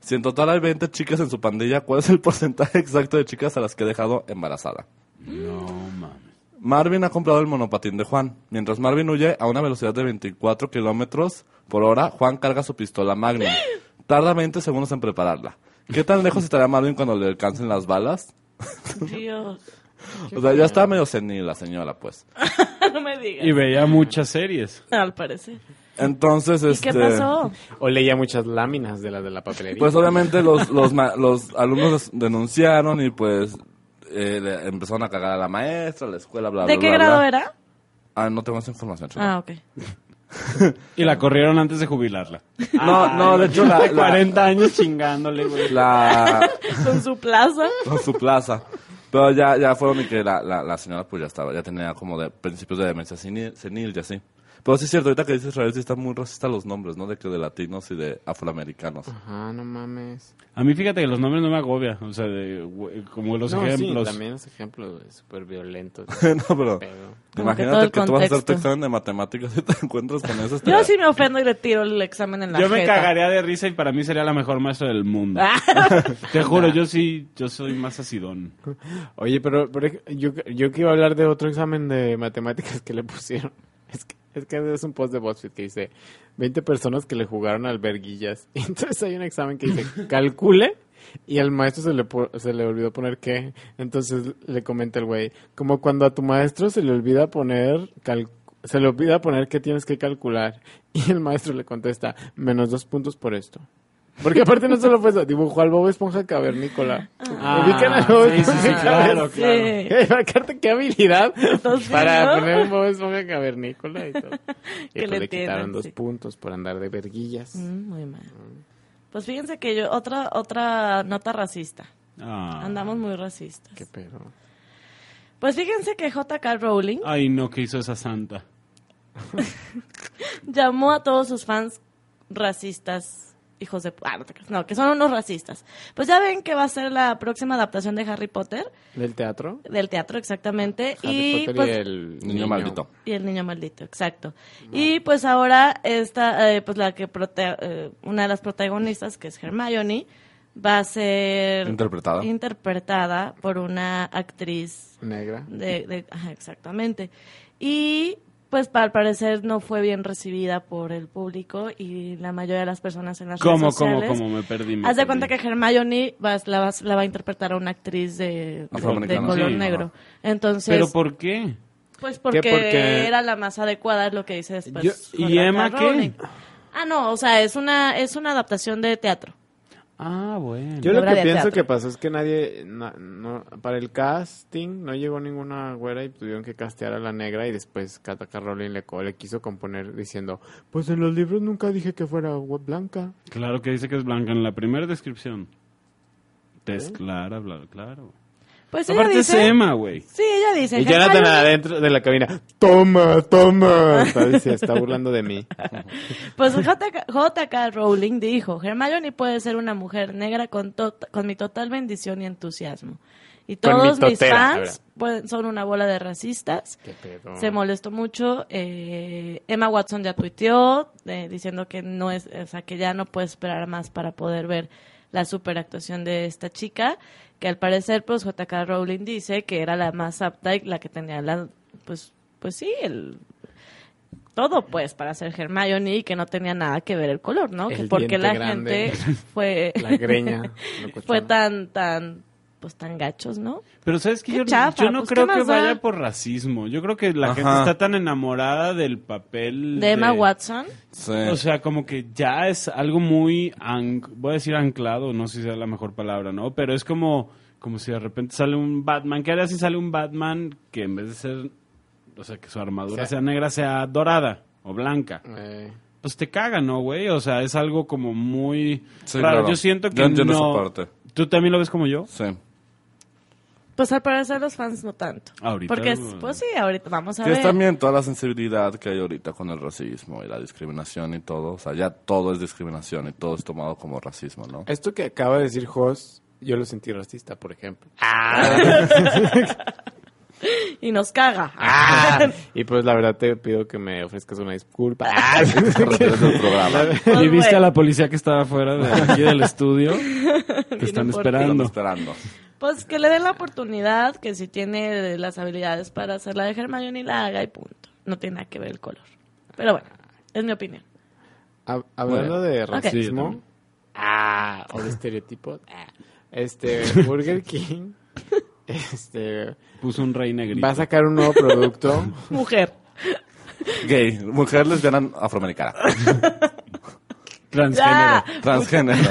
Speaker 4: Si en total hay 20 chicas en su pandilla, ¿cuál es el porcentaje exacto de chicas a las que ha dejado embarazada?
Speaker 5: No, mames.
Speaker 4: Marvin ha comprado el monopatín de Juan. Mientras Marvin huye a una velocidad de 24 kilómetros por hora, Juan carga su pistola Magnum. Tarda 20 segundos en prepararla. ¿Qué tan lejos estará Marvin cuando le alcancen las balas?
Speaker 3: Dios.
Speaker 4: O sea, ya está medio senil la señora, pues.
Speaker 3: no me
Speaker 5: Y
Speaker 3: digas.
Speaker 5: veía muchas series.
Speaker 3: Al parecer.
Speaker 4: Entonces,
Speaker 3: ¿Y
Speaker 4: este...
Speaker 3: qué pasó?
Speaker 2: O leía muchas láminas de las de la papelería.
Speaker 4: Pues obviamente los, los, ma- los alumnos denunciaron y pues eh, le empezaron a cagar a la maestra, a la escuela, bla, bla,
Speaker 3: ¿De qué
Speaker 4: bla,
Speaker 3: grado
Speaker 4: bla.
Speaker 3: era?
Speaker 4: Ah, no tengo esa información. chico.
Speaker 3: Ah, ok.
Speaker 5: Y la corrieron antes de jubilarla.
Speaker 3: Ah,
Speaker 4: No, no, de hecho la... la,
Speaker 5: 40 años chingándole, güey.
Speaker 4: la-
Speaker 3: Con su plaza.
Speaker 4: con su plaza. Pero ya, ya fueron y que la, la, la señora pues ya estaba, ya tenía como de principios de demencia senil, senil y así. Pero sí es cierto, ahorita que dices Israel sí están muy racistas los nombres, ¿no? De que de latinos y de afroamericanos.
Speaker 2: Ajá, no mames.
Speaker 5: A mí fíjate que los nombres no me agobia. O sea, de, güey, como los
Speaker 2: no,
Speaker 5: ejemplos.
Speaker 2: sí, también los ejemplos güey, súper violentos.
Speaker 4: no, pero
Speaker 2: Pero-
Speaker 4: imagínate
Speaker 3: todo
Speaker 4: que
Speaker 3: el
Speaker 4: tú vas a hacer tu
Speaker 3: contexto.
Speaker 4: examen de matemáticas y te encuentras con eso.
Speaker 3: Yo sí me ofendo y le tiro el examen en la
Speaker 5: Yo me
Speaker 3: jeta. Ah.
Speaker 5: cagaría de risa y para mí sería la mejor maestra del mundo. Te juro, yo sí, yo soy más acidón.
Speaker 2: Oye, pero, pero yo, yo que iba a hablar de otro examen de matemáticas que le pusieron. Es que, es que es un post de BuzzFeed que dice 20 personas que le jugaron alberguillas. Y entonces hay un examen que dice calcule y al maestro se le, po- se le olvidó poner qué. Entonces le comenta el güey, como cuando a tu maestro se le olvida poner cal- se le olvida poner qué tienes que calcular. Y el maestro le contesta, menos dos puntos por esto. Porque aparte no solo fue eso, dibujó al Bob Esponja cavernícola. Ubican al Bob
Speaker 5: sí, sí, sí,
Speaker 2: Esponja
Speaker 5: claro,
Speaker 3: Sí.
Speaker 5: claro.
Speaker 2: Ey, Marcarte qué habilidad
Speaker 3: Entonces,
Speaker 2: para
Speaker 3: ¿no?
Speaker 2: poner un Bob Esponja cavernícola y todo. Y
Speaker 3: Que
Speaker 2: pues
Speaker 3: le
Speaker 2: le quitaron
Speaker 3: entiendan,
Speaker 2: dos
Speaker 3: sí.
Speaker 2: puntos por andar de verguillas.
Speaker 3: Mm, muy mal. Pues fíjense que yo, otra, otra nota racista.
Speaker 5: Ah.
Speaker 3: Andamos muy racistas.
Speaker 2: Qué pedo.
Speaker 3: Pues fíjense que JK Rowling
Speaker 5: Ay, no, ¿qué hizo esa santa?
Speaker 3: llamó a todos sus fans racistas, hijos de... pu- Ah, no, te creas. no, que son unos racistas. Pues ya ven que va a ser la próxima adaptación de Harry Potter,
Speaker 2: ¿Del teatro?
Speaker 3: del teatro exactamente.
Speaker 2: Harry
Speaker 3: y,
Speaker 2: Potter
Speaker 3: pues,
Speaker 2: y el
Speaker 4: Niño, maldito.
Speaker 3: Y el niño maldito, exacto. Y pues ahora esta, eh, pues la que prote- eh, una de las protagonistas, que es Hermione, va a ser
Speaker 4: Interpretada.
Speaker 3: interpretada por una actriz
Speaker 2: Negra.
Speaker 3: de, de- ajá, exactamente. Y pues pa- al parecer no fue bien recibida por el público y la mayoría de las personas en las
Speaker 5: ¿Cómo,
Speaker 3: redes
Speaker 5: cómo,
Speaker 3: sociales.
Speaker 5: cómo? Me perdí. me
Speaker 3: Haz de
Speaker 5: perdí.
Speaker 3: cuenta que Hermione va, la, va- la va a interpretar a una actriz de, de,
Speaker 4: Afroamericana.
Speaker 3: color
Speaker 5: Sí,
Speaker 3: negro. Entonces,
Speaker 5: ¿Pero por qué?
Speaker 3: pues porque,
Speaker 2: ¿Qué? Porque-
Speaker 3: era la más adecuada, es lo que dice después.
Speaker 5: Yo- ¿y
Speaker 3: J.K.
Speaker 5: Emma qué?
Speaker 3: Rowling. Ah, no, o sea, es una, es una adaptación de teatro.
Speaker 5: Ah, bueno.
Speaker 2: Yo lo
Speaker 3: Obra
Speaker 2: que
Speaker 3: de
Speaker 2: pienso
Speaker 3: teatro.
Speaker 2: que pasó es que nadie, na- no, para el casting no llegó ninguna güera y tuvieron que castear a la negra y después Kataka Rowling le, co- le quiso componer diciendo, pues en los libros nunca dije que fuera gua- blanca.
Speaker 5: Claro que dice que es blanca en la primera descripción. Tez clara, bla, claro.
Speaker 3: Pues ella
Speaker 5: Aparte es
Speaker 3: dice...
Speaker 5: Emma, güey.
Speaker 3: Sí, ella dice...
Speaker 2: Y
Speaker 3: "Hentai
Speaker 2: Jonathan
Speaker 3: no-
Speaker 2: adentro de la cabina. Toma, toma. Está- Se está burlando de mí.
Speaker 3: Pues JK, JK Rowling dijo, Hermione puede ser una mujer negra con, to- con mi total bendición y entusiasmo. Y
Speaker 2: Con mi
Speaker 3: todos mis
Speaker 2: totera,
Speaker 3: fans
Speaker 2: ahora.
Speaker 3: pueden- son una bola de racistas. Se
Speaker 2: Ah.
Speaker 3: molestó mucho. eh, Emma Watson ya tuiteó eh, diciendo que no es, o sea, que ya no puede esperar más para poder ver la superactuación de esta chica, que al parecer, pues J.K. Rowling dice que era la más apta y la que tenía la, pues, pues sí, el todo pues para ser Hermione y que no tenía nada que ver el color, ¿no?
Speaker 2: El
Speaker 3: Que porque
Speaker 2: diente
Speaker 3: la
Speaker 2: grande.
Speaker 3: gente fue
Speaker 2: La greña.
Speaker 3: fue
Speaker 2: locochona.
Speaker 3: tan tan pues tan gachos, ¿no?
Speaker 5: Pero sabes que
Speaker 3: Qué
Speaker 5: yo,
Speaker 3: chafa,
Speaker 5: yo no
Speaker 3: pues, ¿qué
Speaker 5: creo
Speaker 3: más
Speaker 5: que
Speaker 3: da?
Speaker 5: vaya por racismo. Yo creo que la
Speaker 4: Ajá.
Speaker 5: gente está tan enamorada del papel
Speaker 3: De Emma Watson.
Speaker 4: Sí.
Speaker 5: O sea, como que ya es algo muy, an- voy a decir anclado, no sé si sea la mejor palabra, ¿no? Pero es como, como si de repente sale un Batman. ¿Qué haría si sale un Batman que en vez de ser, o sea, que su armadura
Speaker 2: O sea-
Speaker 5: sea negra, sea dorada o
Speaker 4: Mm.
Speaker 5: blanca?
Speaker 2: Eh,
Speaker 5: Pues te caga, ¿no, güey? O sea, es algo como muy
Speaker 4: Sí,
Speaker 5: raro.
Speaker 4: claro.
Speaker 5: Yo siento que
Speaker 4: Yo entiendo
Speaker 5: no...
Speaker 4: esa parte.
Speaker 5: ¿Tú también lo ves como yo?
Speaker 4: sí.
Speaker 3: Pues al parecer los fans no tanto.
Speaker 5: Ahorita,
Speaker 3: Porque es-
Speaker 5: bueno.
Speaker 3: pues sí, ahorita vamos a
Speaker 4: Que es
Speaker 3: ver.
Speaker 4: también toda la sensibilidad que hay ahorita con el racismo y la discriminación y todo. O sea, ya todo es discriminación y todo es tomado como racismo, ¿no?
Speaker 3: Eh,
Speaker 2: esto que acaba de decir Jos, yo lo sentí racista, por ejemplo.
Speaker 3: Ah. Y nos caga.
Speaker 2: Ah.
Speaker 3: Ah.
Speaker 2: Y pues la verdad te pido que me ofrezcas una disculpa.
Speaker 3: Ah,
Speaker 4: Referente al programa.
Speaker 3: Pues,
Speaker 5: ¿Y viste
Speaker 3: güey.
Speaker 5: a la policía que estaba afuera de aquí del estudio? Te están
Speaker 3: por ti.
Speaker 4: Estamos
Speaker 5: esperando.
Speaker 4: esperando.
Speaker 3: Pues que le den la oportunidad, que si tiene las habilidades para hacer la de Hermione la haga y punto. No tiene nada que ver el color. Pero bueno, es mi opinión.
Speaker 2: Hab- Hablando de racismo
Speaker 5: Sí, yo
Speaker 2: ah, o de estereotipos, ah, este Burger King este
Speaker 5: Puso un rey negrito.
Speaker 2: va a sacar un nuevo producto.
Speaker 3: Mujer.
Speaker 4: Gay, mujer lesbiana afroamericana,
Speaker 3: Ya.
Speaker 5: Transgénero.
Speaker 4: transgénero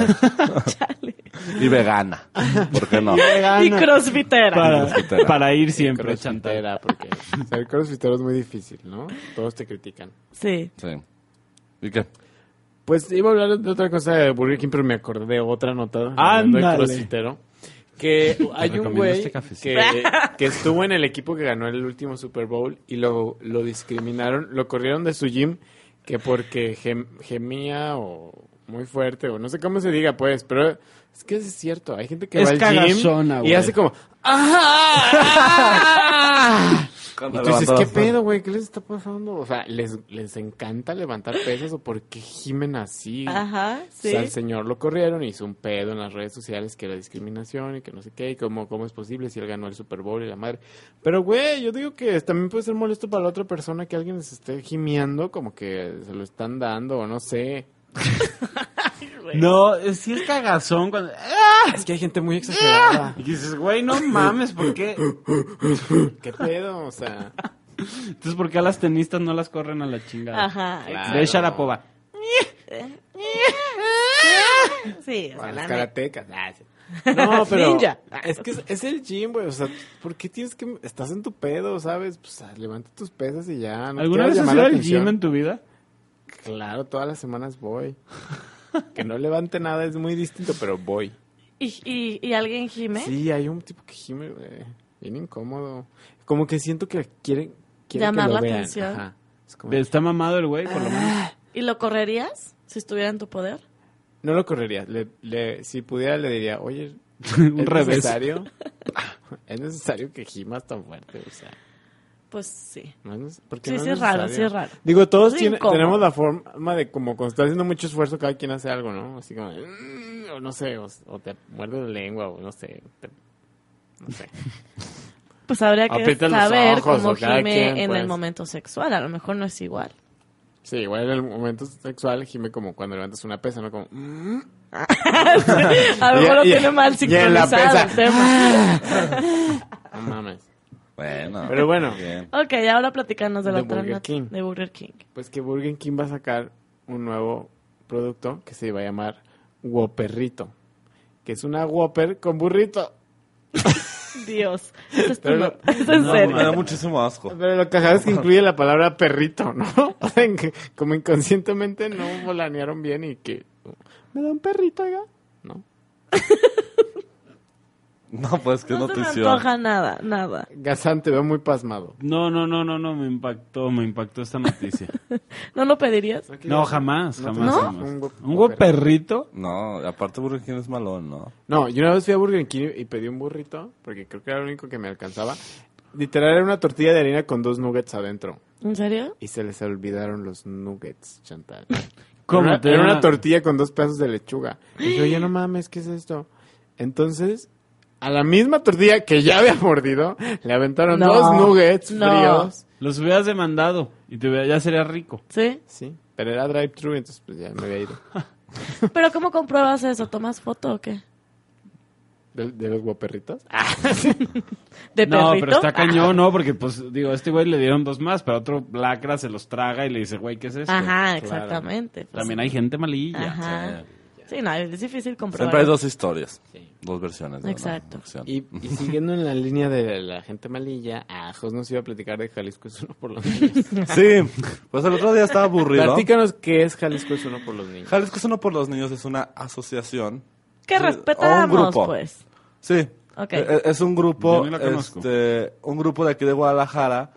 Speaker 3: Chale.
Speaker 4: y vegana. ¿Por qué no?
Speaker 3: Ah,
Speaker 2: Ah,
Speaker 3: Y crossfitera.
Speaker 5: Para,
Speaker 4: Crossfitera.
Speaker 5: para ir siempre, chantar.
Speaker 2: Crossfitera, porque ser crossfitero es muy difícil, ¿no? Todos te critican.
Speaker 3: Sí.
Speaker 4: Sí. ¿Y qué?
Speaker 2: Pues iba a hablar de otra cosa de Burger King, pero me acordé de otra nota hablando de
Speaker 5: Ándale.
Speaker 2: crossfitero. Que hay un
Speaker 5: recomiendo
Speaker 2: güey
Speaker 5: este cafecito.
Speaker 2: que, que estuvo en el equipo que ganó el último Super Bowl y lo, lo discriminaron, lo corrieron de su gym que porque gem- gemía o muy fuerte o no sé cómo se diga pues, pero es que es cierto, hay gente que
Speaker 5: Es
Speaker 2: va al
Speaker 5: cagazona,
Speaker 2: gym y
Speaker 5: güey.
Speaker 2: hace como ¡Ah! Y tú dices, ¿qué pedo, güey? ¿Qué les está pasando? O sea, ¿les, les encanta levantar pesas o por qué gimen así?
Speaker 3: Ajá,
Speaker 2: O
Speaker 3: sí.
Speaker 2: sea, al señor lo corrieron, hizo un pedo en las redes sociales que era discriminación y que no sé qué, y cómo, cómo es posible si él ganó el Super Bowl y la madre. Pero, güey, yo digo que también puede ser molesto para la otra persona que alguien se esté gimiendo, como que se lo están dando o no sé.
Speaker 5: No, es- sí es cagazón cuando... ¡Ah!
Speaker 2: Es que hay gente muy exagerada.
Speaker 5: Y dices, güey, no mames, ¿por qué?
Speaker 2: ¿Qué pedo? O sea,
Speaker 5: Entonces, ¿por qué a las tenistas no las corren a la chingada?
Speaker 3: Ajá.
Speaker 2: Claro.
Speaker 5: Ve Sharapova.
Speaker 3: Sí, o
Speaker 2: a
Speaker 3: sea,
Speaker 2: las
Speaker 3: la
Speaker 2: karatecas. Ah, sí. No, pero
Speaker 3: Ninja.
Speaker 2: es que es, es el gym, güey. O sea, ¿por qué tienes que estás en tu pedo, sabes? Pues ah, levanta tus pesas y ya. No
Speaker 5: ¿Alguna vez has
Speaker 2: en
Speaker 5: ido al gym en tu vida?
Speaker 2: Claro, todas las semanas voy. Que no levante nada es muy distinto, pero voy.
Speaker 3: ¿Y, y, y alguien gime?
Speaker 2: Sí, hay un tipo que gime, güey. Bien incómodo. Como que siento que quieren quiere
Speaker 3: Llamar
Speaker 2: que lo
Speaker 3: la
Speaker 2: vean.
Speaker 3: atención.
Speaker 2: Ajá. Es Ah, como-
Speaker 5: Está mamado el güey, por lo menos.
Speaker 3: ¿Y lo correrías si estuviera en tu poder?
Speaker 2: No lo correría. Le- le- si pudiera, le diría, oye,
Speaker 5: Un
Speaker 2: ¿es
Speaker 5: revés.
Speaker 2: necesario? es necesario que gimas tan fuerte, o sea.
Speaker 3: Pues sí.
Speaker 2: No es neces- ¿por qué
Speaker 3: Sí,
Speaker 2: no
Speaker 3: sí es raro, sí
Speaker 2: necesario?
Speaker 3: es raro.
Speaker 2: Digo, todos
Speaker 3: Es
Speaker 2: tiene-
Speaker 3: incómodo.
Speaker 2: tenemos la forma de como cuando estás haciendo mucho esfuerzo, cada quien hace algo, ¿no? Así como, "Mm", o no sé, o, o te muerde la lengua, o no sé. te- no sé.
Speaker 3: Pues habría que
Speaker 2: Aprieta los
Speaker 3: saber
Speaker 2: ojos,
Speaker 3: cómo
Speaker 2: o cada
Speaker 3: gime
Speaker 2: quien,
Speaker 3: en
Speaker 2: pues.
Speaker 3: el momento sexual. A lo mejor no es igual.
Speaker 2: Sí, igual en el momento sexual gime como cuando levantas una pesa, ¿no? Como, "Mm".
Speaker 3: A lo
Speaker 2: Y-
Speaker 3: mejor lo
Speaker 2: y-
Speaker 3: tiene mal
Speaker 2: y en la
Speaker 3: sincronizado el
Speaker 2: pesa.
Speaker 3: tema.
Speaker 2: no mames.
Speaker 4: Bueno.
Speaker 2: Pero bueno.
Speaker 4: Bien.
Speaker 3: Ok, ahora platicanos de la
Speaker 2: De
Speaker 3: otra
Speaker 2: Burger
Speaker 3: nota
Speaker 2: King.
Speaker 3: de Burger King.
Speaker 2: Pues que Burger King va a sacar un nuevo producto que se va a llamar Whopperrito. Que es una Whopper con burrito.
Speaker 3: Dios. Esto es, tu
Speaker 2: Pero
Speaker 3: nota.
Speaker 2: no-
Speaker 3: Esto es
Speaker 4: No,
Speaker 3: serio.
Speaker 4: me da muchísimo asco.
Speaker 2: Pero lo cagado es que incluye la palabra perrito, ¿no? O sea, en que como inconscientemente no volanearon bien y que... ¿Me da un perrito, oiga? No.
Speaker 4: No, pues qué
Speaker 3: No se me
Speaker 4: notición.
Speaker 3: antoja nada, nada.
Speaker 2: Gazán, te veo muy pasmado.
Speaker 5: No, no, no, no, no, me impactó, me impactó esta noticia.
Speaker 3: ¿No lo pedirías?
Speaker 5: No, jamás,
Speaker 2: ¿No te
Speaker 5: jamás,
Speaker 2: gusta?
Speaker 5: jamás.
Speaker 2: Un
Speaker 5: ¿Un,
Speaker 2: guap-
Speaker 5: guaperrito?
Speaker 4: No, aparte Burger King es malón, ¿no?
Speaker 2: No, yo una vez fui a Burger King y pedí un burrito, porque creo que era lo único que me alcanzaba. Literal era una tortilla de harina con dos nuggets adentro.
Speaker 3: ¿En serio?
Speaker 2: Y se les olvidaron los nuggets, Chantal.
Speaker 5: ¿Cómo
Speaker 2: Era,
Speaker 5: te
Speaker 2: era
Speaker 5: van
Speaker 2: una
Speaker 5: a-
Speaker 2: tortilla con dos pedazos de lechuga. Y yo, ya no mames, ¿qué es esto? Entonces, a la misma tortilla que ya había mordido, le aventaron
Speaker 3: No,
Speaker 2: dos nuggets
Speaker 3: no.
Speaker 2: fríos.
Speaker 5: Los hubieras demandado y te hubiera- ya sería rico.
Speaker 3: Sí.
Speaker 2: Sí, pero era drive-thru, entonces pues ya me había ido.
Speaker 3: ¿Pero cómo compruebas eso? ¿Tomas foto o qué?
Speaker 2: ¿De, de los guaperritos?
Speaker 3: ¿De perrito?
Speaker 5: no,
Speaker 3: Ah.
Speaker 5: pero está cañón, ¿no? Porque, pues, digo, a este güey le dieron dos más, pero otro lacra se los traga y le dice, güey, ¿qué es esto?
Speaker 3: Ajá, exactamente. Pues,
Speaker 5: También hay gente malilla.
Speaker 3: Ajá. Sí, no, es difícil comprobar.
Speaker 4: Siempre hay dos historias, dos versiones. de una
Speaker 3: Exacto.
Speaker 4: acción.
Speaker 2: Y, y siguiendo en la línea de la gente malilla, Ajos nos iba a platicar de Jalisco es uno por los niños.
Speaker 4: Sí, pues el otro día estaba aburrido.
Speaker 2: Platícanos qué es Jalisco es uno por los niños.
Speaker 4: Jalisco es uno por los niños, es una asociación.
Speaker 3: Que
Speaker 4: Sí,
Speaker 3: respetamos,
Speaker 4: o un grupo.
Speaker 3: pues.
Speaker 4: Sí.
Speaker 3: Ok.
Speaker 4: E- e- Es un grupo,
Speaker 5: Yo ni la conozco.
Speaker 4: este, un grupo de aquí de Guadalajara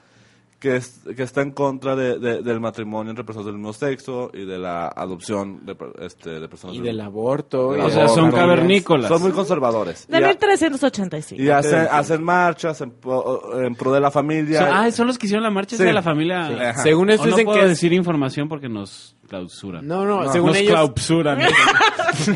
Speaker 4: que, es- que está en contra de- de- del matrimonio entre personas del mismo sexo y de la adopción de, per- este, de personas
Speaker 2: Y
Speaker 4: del-
Speaker 2: del aborto.
Speaker 4: del
Speaker 2: y
Speaker 5: O
Speaker 2: de
Speaker 4: aborto.
Speaker 5: sea,
Speaker 2: las
Speaker 5: son
Speaker 2: familias.
Speaker 5: cavernícolas.
Speaker 4: Son muy conservadores.
Speaker 3: De
Speaker 4: Y a-
Speaker 3: 1385.
Speaker 4: Y hacen, hacen marchas en, po- en pro de la familia.
Speaker 5: Son- ah, son los que hicieron la marcha esa
Speaker 4: Sí.
Speaker 5: de la familia.
Speaker 4: Sí.
Speaker 5: Ajá.
Speaker 2: Según
Speaker 5: O
Speaker 2: esto
Speaker 5: no
Speaker 2: dicen
Speaker 5: puedo
Speaker 2: que es-
Speaker 5: decir información porque nos clausuran.
Speaker 2: No, no, según
Speaker 5: nos
Speaker 2: ellos
Speaker 5: clausuran.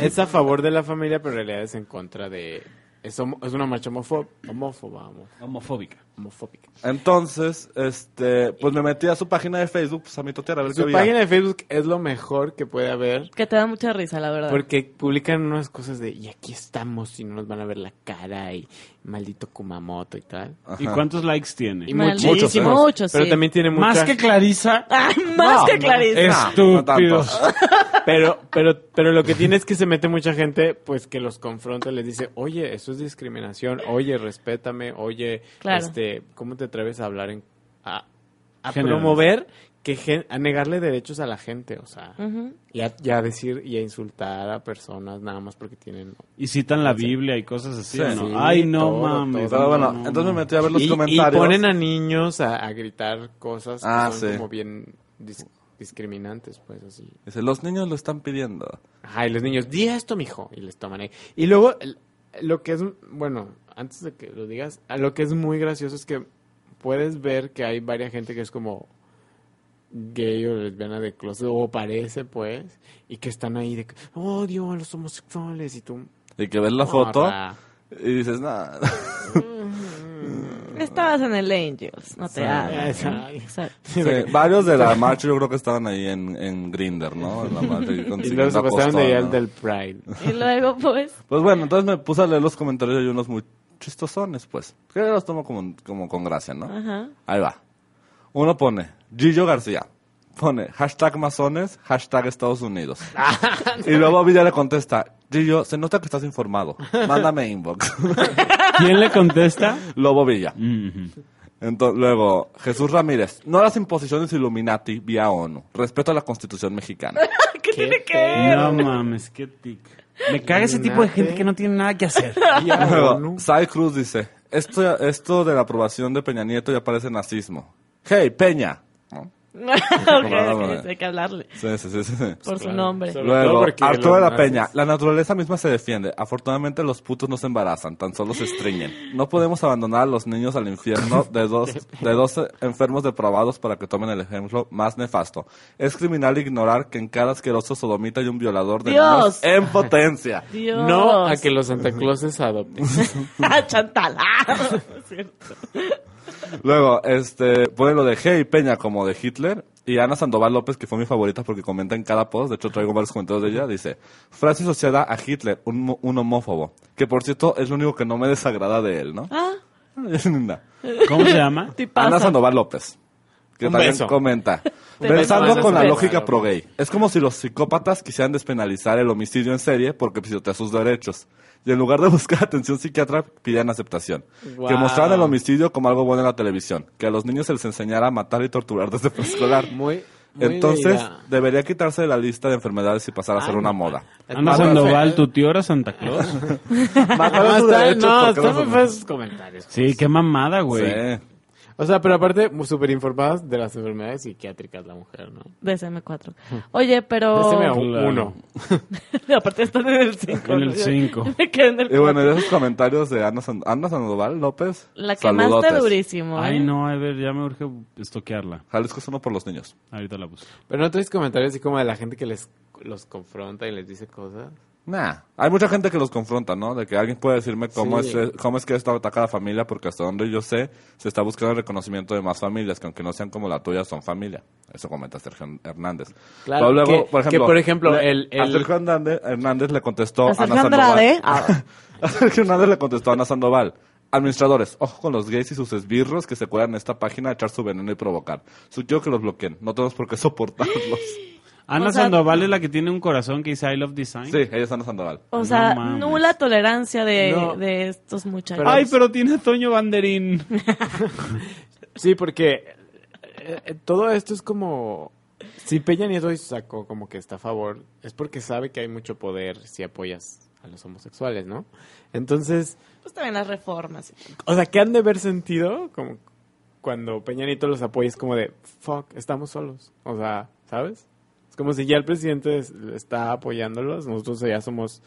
Speaker 2: es a favor de la familia, pero en realidad es en contra de... Es, homo- es una marcha homofo- homófoba, homo-
Speaker 5: Homofóbica.
Speaker 2: homofóbica.
Speaker 4: Entonces, este, pues me metí a su página de Facebook, pues a mi totear, a ver
Speaker 2: Su
Speaker 4: qué había.
Speaker 2: página de Facebook es lo mejor que puede haber
Speaker 3: Que te da mucha risa, la verdad.
Speaker 2: Porque publican unas cosas de, y aquí estamos y no nos van a ver la cara y maldito Kumamoto y tal.
Speaker 5: ¿Y cuántos likes tiene?
Speaker 2: Y
Speaker 3: Mal-
Speaker 2: muchísimos.
Speaker 3: Muchos, ¿eh? Muchos,
Speaker 2: pero
Speaker 3: sí.
Speaker 2: también tiene mucha,
Speaker 5: Más que Clarisa.
Speaker 3: Ah, más que Clarice.
Speaker 5: Estúpidos.
Speaker 2: pero, pero, pero lo que tiene es que se mete mucha gente, pues que los confronta, les dice, oye, eso es discriminación, oye, respétame, oye,
Speaker 3: Claro.
Speaker 2: este, ¿cómo te atreves a hablar en, a, a
Speaker 5: Género.
Speaker 2: promover que gen- a negarle derechos a la gente, o sea,
Speaker 3: Ujú.
Speaker 2: y, a, y a decir y a insultar a personas nada más porque tienen
Speaker 5: Y citan la Biblia y cosas así.
Speaker 4: Sí.
Speaker 5: ¿o no?
Speaker 2: Sí,
Speaker 5: Ay, no
Speaker 2: todo, todo.
Speaker 5: mames.
Speaker 4: Pero
Speaker 5: no,
Speaker 4: bueno,
Speaker 5: no,
Speaker 4: entonces
Speaker 5: no.
Speaker 4: me metí a ver los
Speaker 2: y, y
Speaker 4: comentarios.
Speaker 2: ponen a niños a, a gritar cosas
Speaker 4: Ah,
Speaker 2: que son
Speaker 4: sí.
Speaker 2: como bien dis- discriminantes, pues así.
Speaker 4: Dice, los niños lo están pidiendo.
Speaker 2: Ajá, y los niños, di esto, mijo, y les toman ahí. Y luego, el- lo que es, bueno, antes de que lo digas, a lo que es muy gracioso es que puedes ver que hay varias gente que es como gay o lesbiana de closet, o parece, pues, y que están ahí de, que, odio a los homosexuales, y tú...
Speaker 4: Y que ves la foto
Speaker 2: "Morra".
Speaker 4: y dices, nada.
Speaker 3: Estabas en el Angels, no te
Speaker 5: Ah.
Speaker 3: hagas.
Speaker 2: Esa-
Speaker 3: ¿no? Exacto.
Speaker 4: varios de la marcha yo creo que estaban ahí en, en Grinder, ¿no? En la marcha y
Speaker 2: Y
Speaker 4: consiguiendo
Speaker 2: luego se pasaron de
Speaker 4: acostón,
Speaker 2: ahí
Speaker 4: ¿no?
Speaker 2: al del Pride.
Speaker 3: Y luego, pues,
Speaker 4: Pues bueno, entonces me puse a leer los comentarios y hay unos muy chistosones, pues. Que yo los tomo como, como con gracia, ¿no?
Speaker 3: ajá.
Speaker 4: Ahí va. Uno pone, Gillo García. Pone, hashtag masones, hashtag Estados Unidos. y luego Villa le contesta, Gillo, se nota que estás informado. Mándame inbox.
Speaker 5: ¿Quién le contesta?
Speaker 4: Lobo Villa.
Speaker 5: Mhm.
Speaker 4: Ento- luego, Jesús Ramírez. No las imposiciones Illuminati vía ONU. Respeto a la Constitución mexicana.
Speaker 3: ¿Qué, tiene que
Speaker 2: feo.
Speaker 3: ver?
Speaker 5: No mames, qué tic. Me caga ese tipo de gente que no tiene nada que hacer.
Speaker 4: luego, Sai Cruz dice, esto, esto de la aprobación de Peña Nieto ya parece nazismo. Hey, Peña. ¿No?
Speaker 3: ok, ok, hay que hablarle
Speaker 4: Sí, sí, sí, sí, sí.
Speaker 3: por su nombre.
Speaker 2: Sobre todo
Speaker 4: Luego,
Speaker 2: porque
Speaker 4: Arturo de
Speaker 2: los
Speaker 4: la Peña.
Speaker 2: nazis-
Speaker 4: La naturaleza misma se defiende. Afortunadamente los putos no se embarazan, tan solo se estriñen. No podemos abandonar a los niños al infierno de dos, de dos enfermos depravados para que tomen el ejemplo más nefasto. Es criminal ignorar que en cada asqueroso sodomita hay un violador de
Speaker 3: Dios.
Speaker 4: niños en potencia.
Speaker 3: Dios.
Speaker 2: No a que los Santa Clauses adopten.
Speaker 3: Chantal. Ah, es cierto.
Speaker 4: Luego, este, pone lo de Hey Peña como de Hitler. Y Ana Sandoval López, que fue mi favorita porque comenta en cada post, de hecho traigo varios comentarios de ella, dice, frase asociada a Hitler, un, mo- un homófobo, que por cierto es lo único que no me desagrada de él, ¿no?
Speaker 3: Ah,
Speaker 4: No.
Speaker 5: ¿Cómo se llama?
Speaker 3: tipazo.
Speaker 4: Ana Sandoval López, que
Speaker 2: Un
Speaker 4: también
Speaker 2: beso.
Speaker 4: comenta,
Speaker 3: Te
Speaker 4: pensando
Speaker 3: beso,
Speaker 4: con la
Speaker 3: beso.
Speaker 4: lógica pro gay, es como si los psicópatas quisieran despenalizar el homicidio en serie porque pisotea sus derechos. Y en lugar de buscar atención psiquiatra, pidían aceptación. Que
Speaker 2: Guau.
Speaker 4: mostraran el homicidio como algo bueno en la televisión. Que a los niños se les enseñara a matar y torturar desde preescolar.
Speaker 2: Muy Muy
Speaker 4: Entonces,
Speaker 2: leída.
Speaker 4: debería quitarse de la lista de enfermedades y pasar a ser una moda.
Speaker 5: Ana Sandoval, tu tío era Santa Claus.
Speaker 2: No, está- no,
Speaker 4: porque
Speaker 2: están
Speaker 4: no
Speaker 2: muy
Speaker 4: se-
Speaker 2: feos sus comentarios.
Speaker 5: Sí, qué mamada, güey.
Speaker 4: Sí.
Speaker 2: O sea, pero aparte, súper informadas de las enfermedades psiquiátricas la mujer, ¿no?
Speaker 3: DSM4. Oye, pero...
Speaker 2: Déseme a
Speaker 5: claro.
Speaker 2: un- uno.
Speaker 3: Aparte están en el 5.
Speaker 5: En el cinco.
Speaker 3: Me quedé en el
Speaker 4: Y bueno, y
Speaker 3: cuatro.
Speaker 4: de esos comentarios de Ana, San- Ana Sandoval López.
Speaker 3: La que
Speaker 4: saludotes.
Speaker 3: más durísimo. ¿eh?
Speaker 5: Ay, no, a ver, ya me urge estoquearla.
Speaker 4: Jalisco es uno por los niños.
Speaker 5: Ahorita la busco.
Speaker 2: Pero no traes comentarios así como de la gente que les los confronta y les dice cosas.
Speaker 4: Nah. Hay mucha gente que los confronta, ¿no? De que alguien puede decirme cómo,
Speaker 2: Sí.
Speaker 4: es, cómo es que esto ataca a la familia, porque hasta donde yo sé, se está buscando el reconocimiento de más familias, que aunque no sean como la tuya, son familia. Eso comenta Sergio Hernández.
Speaker 2: Claro,
Speaker 4: Pero luego,
Speaker 2: que- que, por ejemplo, el- el-
Speaker 4: a Sergio Hernández, Hernández le contestó
Speaker 3: A
Speaker 4: a
Speaker 3: Sergio
Speaker 4: Ana Sandoval.
Speaker 3: Andrade.
Speaker 4: a Sergio Hernández le contestó a Ana Sandoval. Administradores, ojo con los gays y sus esbirros que se cuelan en esta página a echar su veneno y provocar. Su- Yo que los bloqueen, no tenemos por qué soportarlos.
Speaker 5: Ana
Speaker 3: O sea-
Speaker 5: Sandoval es la que tiene un corazón que dice I love design.
Speaker 4: Sí, ella es Ana Sandoval.
Speaker 3: O sea,
Speaker 5: No mames.
Speaker 3: nula tolerancia de,
Speaker 2: No.
Speaker 3: de estos muchachos.
Speaker 2: Pero-
Speaker 5: Ay, pero tiene a Toño Banderín.
Speaker 2: Sí, porque eh, eh, todo esto es como... Si Peña Nieto hoy sacó como que está a favor, es porque sabe que hay mucho poder si apoyas a los homosexuales, ¿no? Entonces,
Speaker 3: Pues también las reformas.
Speaker 2: o sea, ¿qué han de ver sentido como cuando Peña Nieto los apoya? Es como de, fuck, estamos solos. O sea, ¿sabes? Es como si ya el presidente es- está apoyándolos, nosotros ya somos,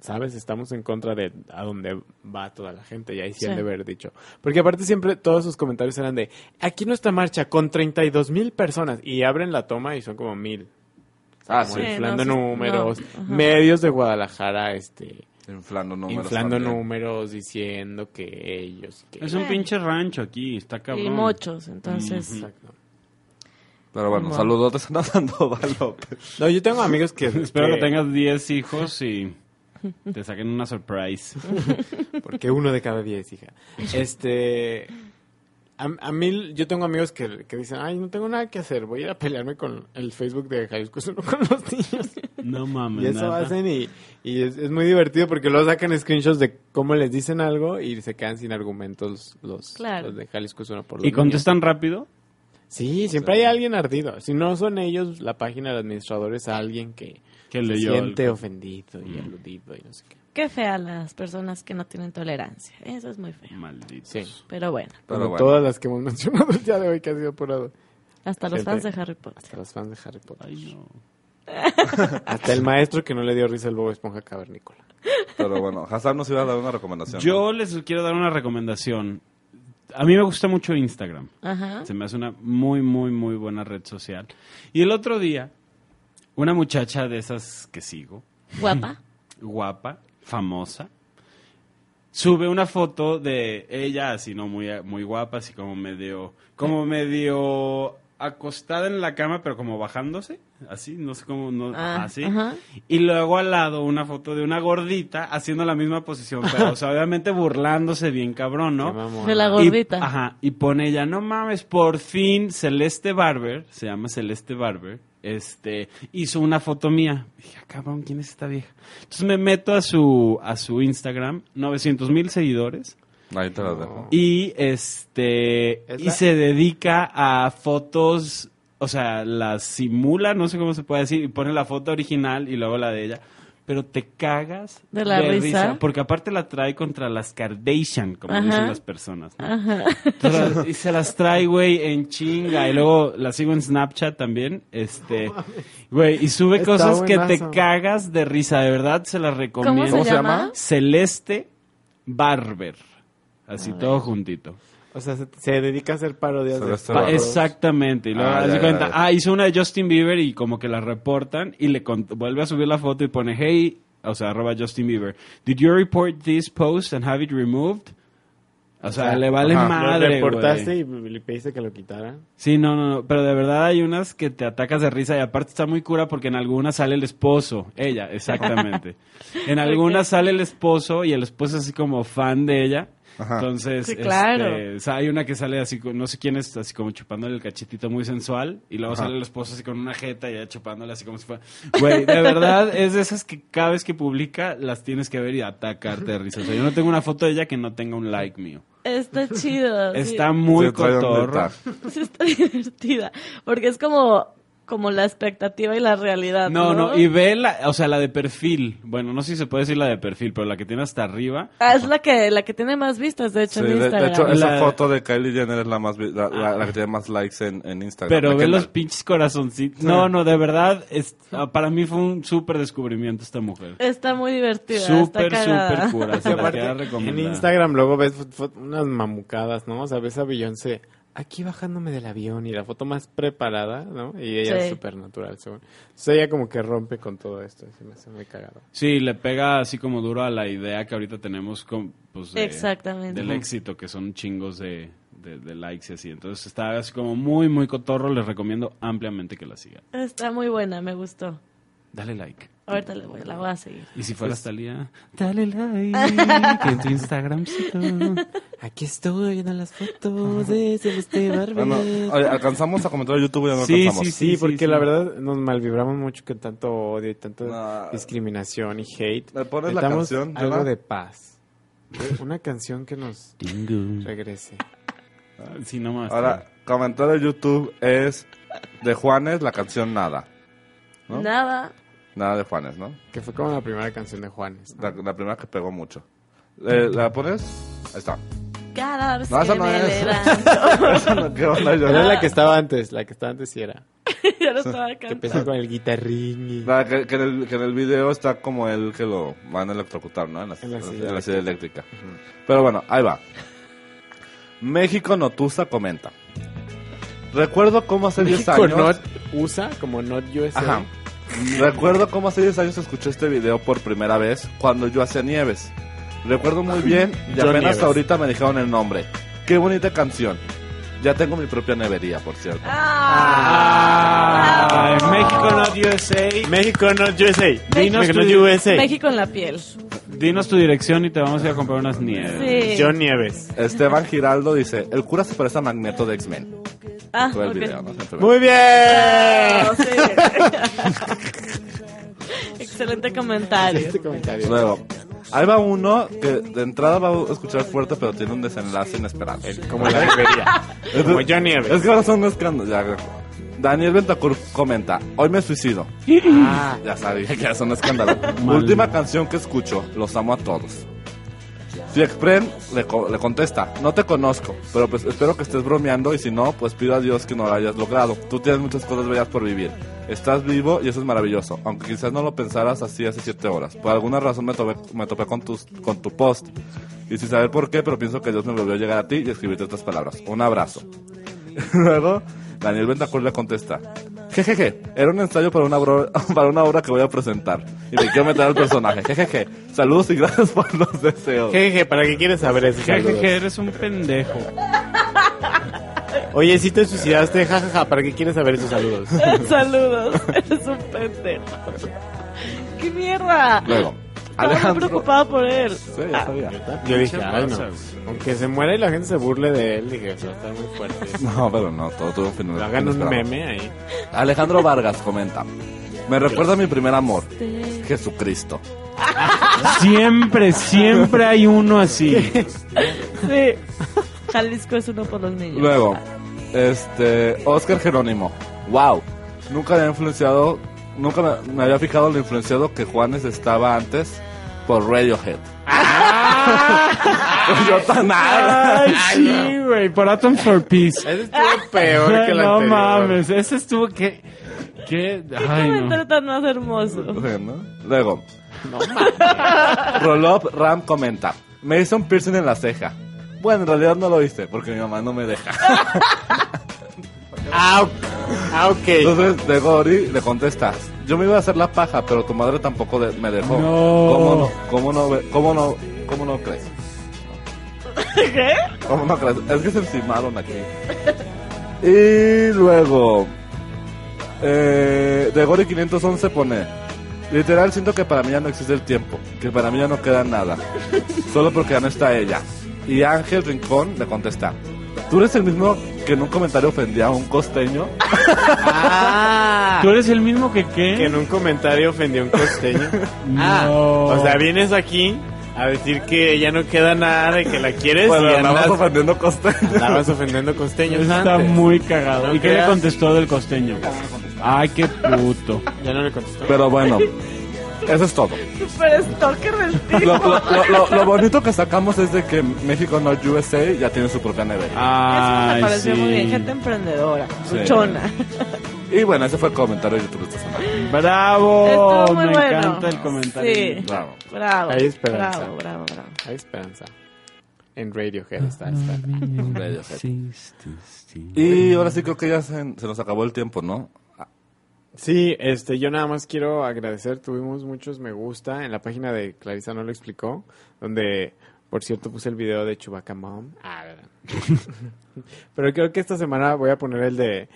Speaker 2: ¿sabes? Estamos en contra de a dónde va toda la gente, ya ahí sí, han
Speaker 3: Sí.
Speaker 2: de haber dicho. Porque aparte siempre todos sus comentarios eran de, aquí nuestra marcha con 32 mil personas y abren la toma y son como mil.
Speaker 4: Ah,
Speaker 2: como
Speaker 4: sí.
Speaker 2: inflando
Speaker 3: Sí, no, sí,
Speaker 2: números,
Speaker 3: no, ajá.
Speaker 2: medios de Guadalajara, este,
Speaker 4: Inflando números.
Speaker 2: inflando
Speaker 4: también.
Speaker 2: números, diciendo que ellos, que
Speaker 5: Es un
Speaker 3: Bueno.
Speaker 5: pinche rancho aquí, está cabrón.
Speaker 3: Y muchos, entonces.
Speaker 2: Exacto.
Speaker 4: Pero bueno,
Speaker 3: Bueno.
Speaker 4: saludotes a Ana Sandoval López.
Speaker 2: No, yo tengo amigos que... este,
Speaker 5: Espero que tengas 10 hijos y te saquen una surprise.
Speaker 2: Porque uno de cada diez, hija. Este... A, a mí, yo tengo amigos que, que dicen, ay, no tengo nada que hacer, voy a ir a pelearme con el Facebook de Jalisco Solo con los niños.
Speaker 5: No mames.
Speaker 2: Y eso
Speaker 5: nada.
Speaker 2: hacen y, y es, es muy divertido porque luego sacan screenshots de cómo les dicen algo y se quedan sin argumentos los,
Speaker 3: Claro.
Speaker 2: los de Jalisco Solo por los
Speaker 5: ¿Y
Speaker 2: niños.
Speaker 5: contestan rápido?
Speaker 2: Sí, siempre hay alguien ardido. Si no son ellos, la página del administrador es alguien que
Speaker 5: Que
Speaker 2: se
Speaker 5: leyó
Speaker 2: siente
Speaker 5: algo.
Speaker 2: ofendido y aludido y no sé qué.
Speaker 3: Qué fea las personas que no tienen tolerancia. Eso es muy feo.
Speaker 5: Malditos.
Speaker 2: Sí.
Speaker 3: Pero bueno,
Speaker 4: Pero
Speaker 2: Como
Speaker 4: bueno.
Speaker 2: todas las que hemos mencionado el día de hoy que ha sido pura
Speaker 3: hasta los
Speaker 2: Gente.
Speaker 3: fans de Harry Potter.
Speaker 2: hasta los fans de Harry Potter.
Speaker 5: Ay, no.
Speaker 2: Hasta el maestro que no le dio risa al Bob Esponja Cavernícola.
Speaker 4: Pero bueno, Hassan nos iba a dar una recomendación. ¿no?
Speaker 5: Yo les quiero dar una recomendación. A mí me gusta mucho Instagram.
Speaker 3: Ajá.
Speaker 5: Se me hace una muy, muy, muy buena red social. Y el otro día, una muchacha de esas que sigo,
Speaker 3: Guapa.
Speaker 5: guapa, famosa, sube una foto de ella así, ¿no? Muy, muy guapa, así como medio, como medio acostada en la cama, pero como bajándose, así, no sé cómo, no,
Speaker 3: Ah,
Speaker 5: así.
Speaker 3: ajá.
Speaker 5: Y luego al lado una foto de una gordita haciendo la misma posición, pero o sea, obviamente burlándose bien cabrón, ¿no?
Speaker 2: Qué mamona.
Speaker 3: De la
Speaker 5: Y-
Speaker 3: gordita.
Speaker 5: ajá, y pone ella, no mames, por fin Celeste Barber, se llama Celeste Barber, este, hizo una foto mía. Dije, "Ah, cabrón, ¿quién es esta vieja? Entonces me meto a su, a su Instagram, 900 mil seguidores,
Speaker 4: Ahí te las dejo.
Speaker 5: y este,
Speaker 2: Es
Speaker 5: y
Speaker 2: la-
Speaker 5: se dedica a fotos, o sea, la simula, no sé cómo se puede decir, y pone la foto original y luego la de ella. Pero te cagas
Speaker 3: De la risa.
Speaker 5: Porque aparte la trae contra las Kardashian, como
Speaker 3: Ajá.
Speaker 5: dicen las personas. ¿no?
Speaker 3: Ajá.
Speaker 5: Tra- y se las trae, güey, en chinga. Y luego la sigo en Snapchat también. Este, güey, y sube
Speaker 2: Está
Speaker 5: cosas que te
Speaker 2: buenazo.
Speaker 5: cagas de risa. De verdad, se las recomiendo.
Speaker 3: ¿Cómo se
Speaker 4: ¿Cómo se
Speaker 3: llama?
Speaker 4: llama?
Speaker 5: Celeste Barber. Así
Speaker 4: Ah,
Speaker 5: todo juntito.
Speaker 2: O sea, se, se dedica a hacer parodias
Speaker 4: Se
Speaker 2: de
Speaker 4: lo está
Speaker 5: Pa-
Speaker 4: Barber.
Speaker 5: Exactamente. Y luego
Speaker 4: Ah,
Speaker 5: haz
Speaker 4: ya,
Speaker 5: de
Speaker 4: ya,
Speaker 5: cuenta,
Speaker 4: ya.
Speaker 5: ah, hizo una de Justin Bieber y como que la reportan y le cont- vuelve a subir la foto y pone, hey, o sea, arroba Justin Bieber, did you report this post and have it removed? O sea,
Speaker 2: sea,
Speaker 5: le vale
Speaker 4: ajá.
Speaker 5: madre,
Speaker 2: Lo
Speaker 5: güey.
Speaker 2: reportaste y le pediste que lo quitara.
Speaker 5: Sí, no, no, no, pero de verdad hay unas que te atacas de risa y aparte está muy cura porque en algunas sale el esposo, ella, exactamente. en algunas sale el esposo y el esposo es así como fan de ella.
Speaker 4: Ajá.
Speaker 5: Entonces,
Speaker 3: Sí, claro.
Speaker 5: este, o sea, hay una que sale así, con- no sé quién es, así como chupándole el cachetito muy sensual y luego
Speaker 4: Ajá.
Speaker 5: sale el esposo así con una jeta y ella chupándole así como si fuera... Güey, de verdad es de esas que cada vez que publica las tienes que ver y atacarte de risa. O sea, yo no tengo una foto de ella que no tenga un like mío.
Speaker 3: Está chido. sí.
Speaker 5: Está muy
Speaker 4: Sí, todavía
Speaker 5: cotorro.
Speaker 4: neta.
Speaker 3: Sí, está divertida. Porque es como, como la expectativa y la realidad.
Speaker 5: No,
Speaker 3: Ah, No,
Speaker 5: no, y ve la, o sea, la de perfil. Bueno, no sé si se puede decir la de perfil, pero la que tiene hasta arriba.
Speaker 3: Ah, es la que, la que tiene más vistas, de hecho, en
Speaker 4: Sí, de, de
Speaker 3: Instagram.
Speaker 4: hecho,
Speaker 5: La-
Speaker 4: esa foto de Kylie Jenner es la más vi- la, la- la que tiene más likes en, en Instagram.
Speaker 5: Pero
Speaker 4: La
Speaker 5: ve
Speaker 4: que
Speaker 5: los
Speaker 4: la-
Speaker 5: pinches corazoncitos. No, no, de verdad, es- ah, para mí fue un súper descubrimiento esta mujer.
Speaker 3: Está muy divertida. está
Speaker 5: Súper,
Speaker 3: cagada.
Speaker 5: súper cura.
Speaker 2: Sí,
Speaker 5: Se la
Speaker 2: aparte,
Speaker 5: queda
Speaker 2: en
Speaker 5: recomendada.
Speaker 2: Instagram luego ves fo- fo- unas mamucadas, ¿no? O sea, ves a Beyoncé aquí bajándome del avión y la foto más preparada, ¿no? Y ella
Speaker 3: Sí.
Speaker 2: es súper natural, según. Entonces ella como que rompe con todo esto. Se me hace muy cagado.
Speaker 5: Sí, le pega así como duro a la idea que ahorita tenemos con, pues, de-
Speaker 3: Exactamente.
Speaker 5: del éxito, que son chingos de, de- de likes y así. Entonces está así como muy, muy cotorro. Les recomiendo ampliamente que la sigan.
Speaker 3: Está muy buena, me gustó.
Speaker 5: Dale like.
Speaker 3: Ahorita le voy, la voy a seguir.
Speaker 5: Y si fueras Talía, Pues, dale like en tu Instagramcito.
Speaker 2: Aquí estoy viendo las fotos de Celeste
Speaker 4: Ah, no. Oye, alcanzamos a comentar a YouTube y ya no
Speaker 5: Sí,
Speaker 4: alcanzamos.
Speaker 5: sí,
Speaker 2: Sí,
Speaker 5: sí,
Speaker 2: porque
Speaker 5: sí.
Speaker 2: la verdad nos malvibramos mucho con tanto odio y tanta
Speaker 4: No.
Speaker 2: discriminación y hate.
Speaker 4: ¿Me pones la
Speaker 2: Necesitamos
Speaker 4: canción,
Speaker 2: algo
Speaker 4: Jonah?
Speaker 2: de paz. Una canción que nos regrese.
Speaker 5: Ah, Sí, nomás.
Speaker 4: Ahora, comentar de YouTube es de Juanes la canción Nada. ¿No?
Speaker 3: Nada.
Speaker 4: Nada de Juanes, ¿no?
Speaker 2: Que fue como la primera canción de Juanes. ¿no?
Speaker 4: La, la primera que pegó mucho. Eh, ¿La pones? Ahí está.
Speaker 3: Cada vez
Speaker 4: No,
Speaker 3: que
Speaker 4: esa no
Speaker 3: me
Speaker 4: es.
Speaker 3: levanto.
Speaker 4: Esa no, ¿Qué onda,
Speaker 2: Pero
Speaker 4: Jonah?
Speaker 2: es la que estaba antes, la que estaba antes sí era.
Speaker 3: Ya lo estaba
Speaker 2: Que
Speaker 3: cantando.
Speaker 2: empieza con el guitarrín y...
Speaker 4: La que, que en el, que en el video está como él que lo van a electrocutar, ¿no? En la,
Speaker 2: En la silla
Speaker 4: en la silla eléctrica. Pero bueno, ahí va. México Notusa comenta. Recuerdo cómo hace 10
Speaker 2: México
Speaker 4: años...
Speaker 2: Not USA, como Not USA.
Speaker 4: Ajá. Recuerdo cómo hace 10 años escuché este video por primera vez cuando yo hacía nieves. Recuerdo muy bien y
Speaker 2: Yo
Speaker 4: apenas
Speaker 2: Nieves.
Speaker 4: ahorita me dijeron el nombre. Qué bonita canción. Ya tengo mi propia nevería, por cierto.
Speaker 5: Ah, en México Not USA.
Speaker 2: México Not USA. México
Speaker 3: Dinos
Speaker 5: tu-
Speaker 2: Not USA.
Speaker 3: México en la piel.
Speaker 5: Dinos tu dirección y te vamos a ir a comprar unas nieves.
Speaker 3: Sí.
Speaker 2: John Nieves.
Speaker 4: Esteban Giraldo dice, el cura se parece a Magneto de X-Men.
Speaker 3: Ah,
Speaker 4: Fue el
Speaker 3: ok.
Speaker 4: video, ¿no? Siempre-
Speaker 2: Muy bien.
Speaker 3: Ah, sí. Excelente comentario.
Speaker 2: Este comentario.
Speaker 4: Luego, ahí va uno que de entrada va a escuchar fuerte, pero tiene un desenlace inesperado.
Speaker 2: Como la librería. Como John
Speaker 4: Es
Speaker 2: Nieves.
Speaker 4: que ahora son escándalos. ya. Daniel Ventacur comenta, hoy me suicido.
Speaker 2: Ah,
Speaker 4: Ya sabía que era un escándalo. Última canción que escucho, los amo a todos. Fiexpren le, co- le contesta, no te conozco, pero pues espero que estés bromeando y si no, pues pido a Dios que no lo hayas logrado. Tú tienes muchas cosas bellas por vivir. Estás vivo y eso es maravilloso, aunque quizás no lo pensaras así hace siete horas. Por alguna razón me topé, me topé con, tus, con tu post. Y sin saber por qué, pero pienso que Dios me volvió a llegar a ti y escribirte estas palabras. Un abrazo. Luego, Daniel Ventacur le contesta. Jejeje, era un ensayo para una, bro- para una obra que voy a presentar. Y me quiero meter al personaje. Jejeje, saludos y gracias por los deseos.
Speaker 2: jeje, ¿para qué quieres saber eso?
Speaker 5: Jejeje, eres un pendejo.
Speaker 2: Oye, si te suicidaste, jajaja, ¿para qué quieres saber esos saludos?
Speaker 3: Saludos. Eres un pendejo. ¡Qué mierda!
Speaker 4: Luego,
Speaker 3: Estaba muy
Speaker 4: Alejandro.
Speaker 3: preocupado por él.
Speaker 4: Sí, ya sabía.
Speaker 2: Yo dije,
Speaker 5: Pinche
Speaker 2: ay no.
Speaker 5: raza,
Speaker 2: Aunque se muera y la gente se burle de él, dije, eso está muy fuerte.
Speaker 4: No, pero no, todo tuvo un final.
Speaker 2: Hagan un
Speaker 4: inesperado.
Speaker 2: meme ahí.
Speaker 4: Alejandro Vargas comenta. Me recuerda a mi primer amor, Jesucristo.
Speaker 5: Siempre, siempre hay uno así.
Speaker 3: Sí. Jalisco es uno por los niños.
Speaker 4: Luego, este, Oscar Jerónimo. Wow, nunca había influenciado, nunca me, me había fijado lo influenciado que Juanes estaba antes por Radiohead. Ah. Yo tan nada.
Speaker 5: Ay, sí, güey, por Atom for Peace.
Speaker 2: Ese estuvo peor que la
Speaker 5: No
Speaker 2: anterior.
Speaker 5: mames, ese estuvo que... que
Speaker 3: ¿Qué
Speaker 5: ay, no.
Speaker 3: comentario tan más hermoso?
Speaker 4: Bueno, Luego, Rolop Ram comenta: Me hizo un piercing en la ceja. Bueno, en realidad no lo hice porque mi mamá no me deja.
Speaker 2: Ah, ok. Ah, ok.
Speaker 4: Entonces, De Gori le contesta: Yo me iba a hacer la paja, pero tu madre tampoco de- me dejó.
Speaker 5: No.
Speaker 4: ¿Cómo no? ¿Cómo no? ve- ¿Cómo no? ¿Cómo no crees?
Speaker 3: ¿Qué?
Speaker 4: ¿Cómo no crees? Es que se encimaron aquí. Y luego, eh, de Gori 511 pone, literal siento que para mí ya no existe el tiempo, que para mí ya no queda nada, solo porque ya no está ella. Y Ángel Rincón le contesta, ¿tú eres el mismo que en un comentario ofendía a un costeño?
Speaker 5: ¿Tú eres el mismo que
Speaker 2: Ah. Que
Speaker 5: qué?
Speaker 2: en un comentario ofendió a un costeño.
Speaker 5: No.
Speaker 2: O sea, Ah. vienes aquí a decir que ya no queda nada de que la quieres
Speaker 4: Bueno,
Speaker 2: y
Speaker 4: nada más
Speaker 2: andas-
Speaker 4: ofendiendo costeño.
Speaker 2: andabas ofendiendo costeños.
Speaker 5: Está
Speaker 2: antes.
Speaker 5: muy cagado.
Speaker 2: No
Speaker 5: ¿Y qué le
Speaker 2: creas.
Speaker 5: contestó del costeño? Ay, qué puto.
Speaker 2: Ya no le contestó.
Speaker 4: Pero bueno, eso es todo.
Speaker 3: Super stalker del tipo.
Speaker 4: Lo, lo- lo- lo- lo bonito que sacamos es de que México no USA ya tiene su propia nevera.
Speaker 3: Eso me
Speaker 5: Ay,
Speaker 3: pareció muy bien.
Speaker 5: sí.
Speaker 3: Gente emprendedora,
Speaker 4: Sí.
Speaker 3: luchona.
Speaker 4: Y bueno, ese fue el comentario de YouTube esta semana.
Speaker 5: Bravo.
Speaker 3: Estuvo muy
Speaker 5: Oh, Me
Speaker 3: bueno.
Speaker 5: encanta el comentario.
Speaker 3: Sí.
Speaker 4: Bravo.
Speaker 3: Bravo.
Speaker 2: Hay esperanza.
Speaker 3: Bravo, bravo, bravo.
Speaker 2: Hay esperanza. En Radiohead está, está.
Speaker 4: Radiohead. Y ahora sí creo que ya se, se nos acabó el tiempo, ¿no?
Speaker 2: Sí, este, yo nada más quiero agradecer. Tuvimos muchos me gusta en la página de Clarisa no lo explicó, donde, por cierto, puse el video de Chewbacca Mom. Ah, verdad. Pero creo que esta semana voy a poner el de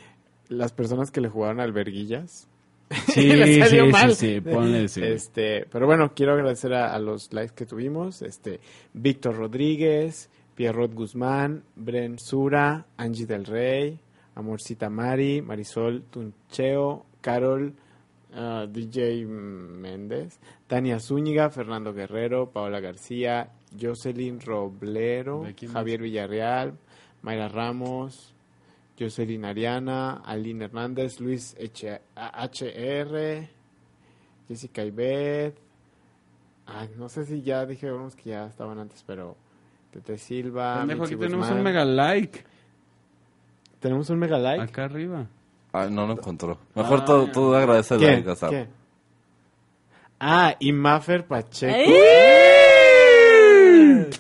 Speaker 2: las personas que le jugaron alberguillas.
Speaker 5: Sí,
Speaker 2: Le
Speaker 5: sí,
Speaker 2: salió
Speaker 5: sí,
Speaker 2: mal.
Speaker 5: sí, ponle, sí.
Speaker 2: Este, pero bueno, quiero agradecer a, a los likes que tuvimos, este, Víctor Rodríguez, Pierrot Guzmán, Bren Sura, Angie del Rey, Amorcita Mari, Marisol Tuncheo, Carol, ah, DJ Méndez, Tania Zúñiga, Fernando Guerrero, Paola García, Jocelyn Roblero,
Speaker 5: ¿De quién más?
Speaker 2: Javier Villarreal, Mayra Ramos, Jocelyn Ariana, Aline Hernández, Luis H- HR, Jessica Ibet. Ay, no sé si ya dije unos que ya estaban antes, pero Tete Silva.
Speaker 5: Pendejo,
Speaker 2: Michi
Speaker 5: aquí tenemos
Speaker 2: Guzmán.
Speaker 5: un mega like.
Speaker 2: ¿Tenemos un mega like?
Speaker 5: Acá arriba.
Speaker 4: Ay, Ah, no lo encontró. Mejor tú, tú agradece el
Speaker 2: Ah. ¿Quién?
Speaker 4: like, Gazap.
Speaker 2: ¿Quién? Ah, y Maffer Pacheco.
Speaker 5: ¡Eh!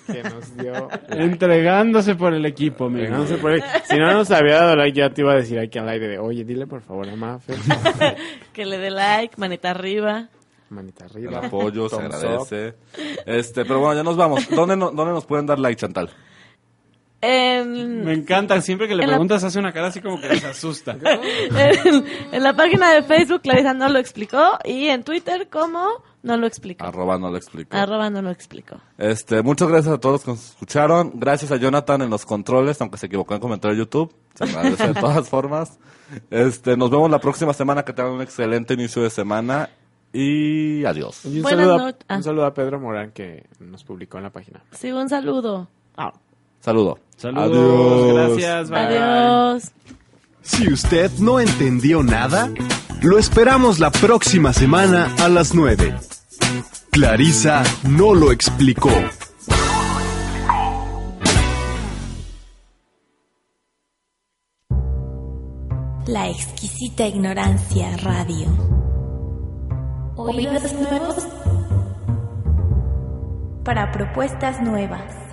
Speaker 3: ¡Ay!
Speaker 2: Que nos dio.
Speaker 5: Entregándose por el equipo,
Speaker 2: Pero
Speaker 5: mira.
Speaker 2: no se puede- Si no nos había dado like, ya te iba a decir aquí al aire de, oye, dile por favor a Maffer.
Speaker 3: Que le dé like, manita arriba.
Speaker 2: Manita
Speaker 4: El
Speaker 2: arriba.
Speaker 4: apoyo se
Speaker 2: thumbs up.
Speaker 4: agradece. Este, pero bueno, ya nos vamos. ¿Dónde, no- ¿Dónde nos pueden dar like, Chantal?
Speaker 3: En,
Speaker 5: Me encanta, siempre que le
Speaker 3: En la-
Speaker 5: preguntas hace una cara así como que se asusta.
Speaker 3: en, en la página de Facebook, Clarisa no lo explicó. Y en Twitter, como no lo explicó.
Speaker 4: Arroba no lo explico.
Speaker 3: Arroba no lo explicó.
Speaker 4: Este, muchas gracias a todos los que nos escucharon. Gracias a Jonathan en los controles, aunque se equivocó en comentar en YouTube. Se agradece de todas formas. Este, nos vemos la próxima semana. Que tengan un excelente inicio de semana. Y adiós.
Speaker 2: Y un,
Speaker 3: Buenas
Speaker 2: saludo a,
Speaker 3: noches. Ah.
Speaker 2: un saludo a Pedro Morán que nos publicó en la página.
Speaker 3: Sí, un saludo.
Speaker 4: Saludo.
Speaker 5: Saludos,
Speaker 4: Adiós.
Speaker 5: gracias, bye.
Speaker 3: Adiós.
Speaker 1: Si usted no entendió nada, lo esperamos la próxima semana a las 9. Clarisa no lo explicó.
Speaker 6: La exquisita ignorancia radio. Oídos nuevos para propuestas nuevas.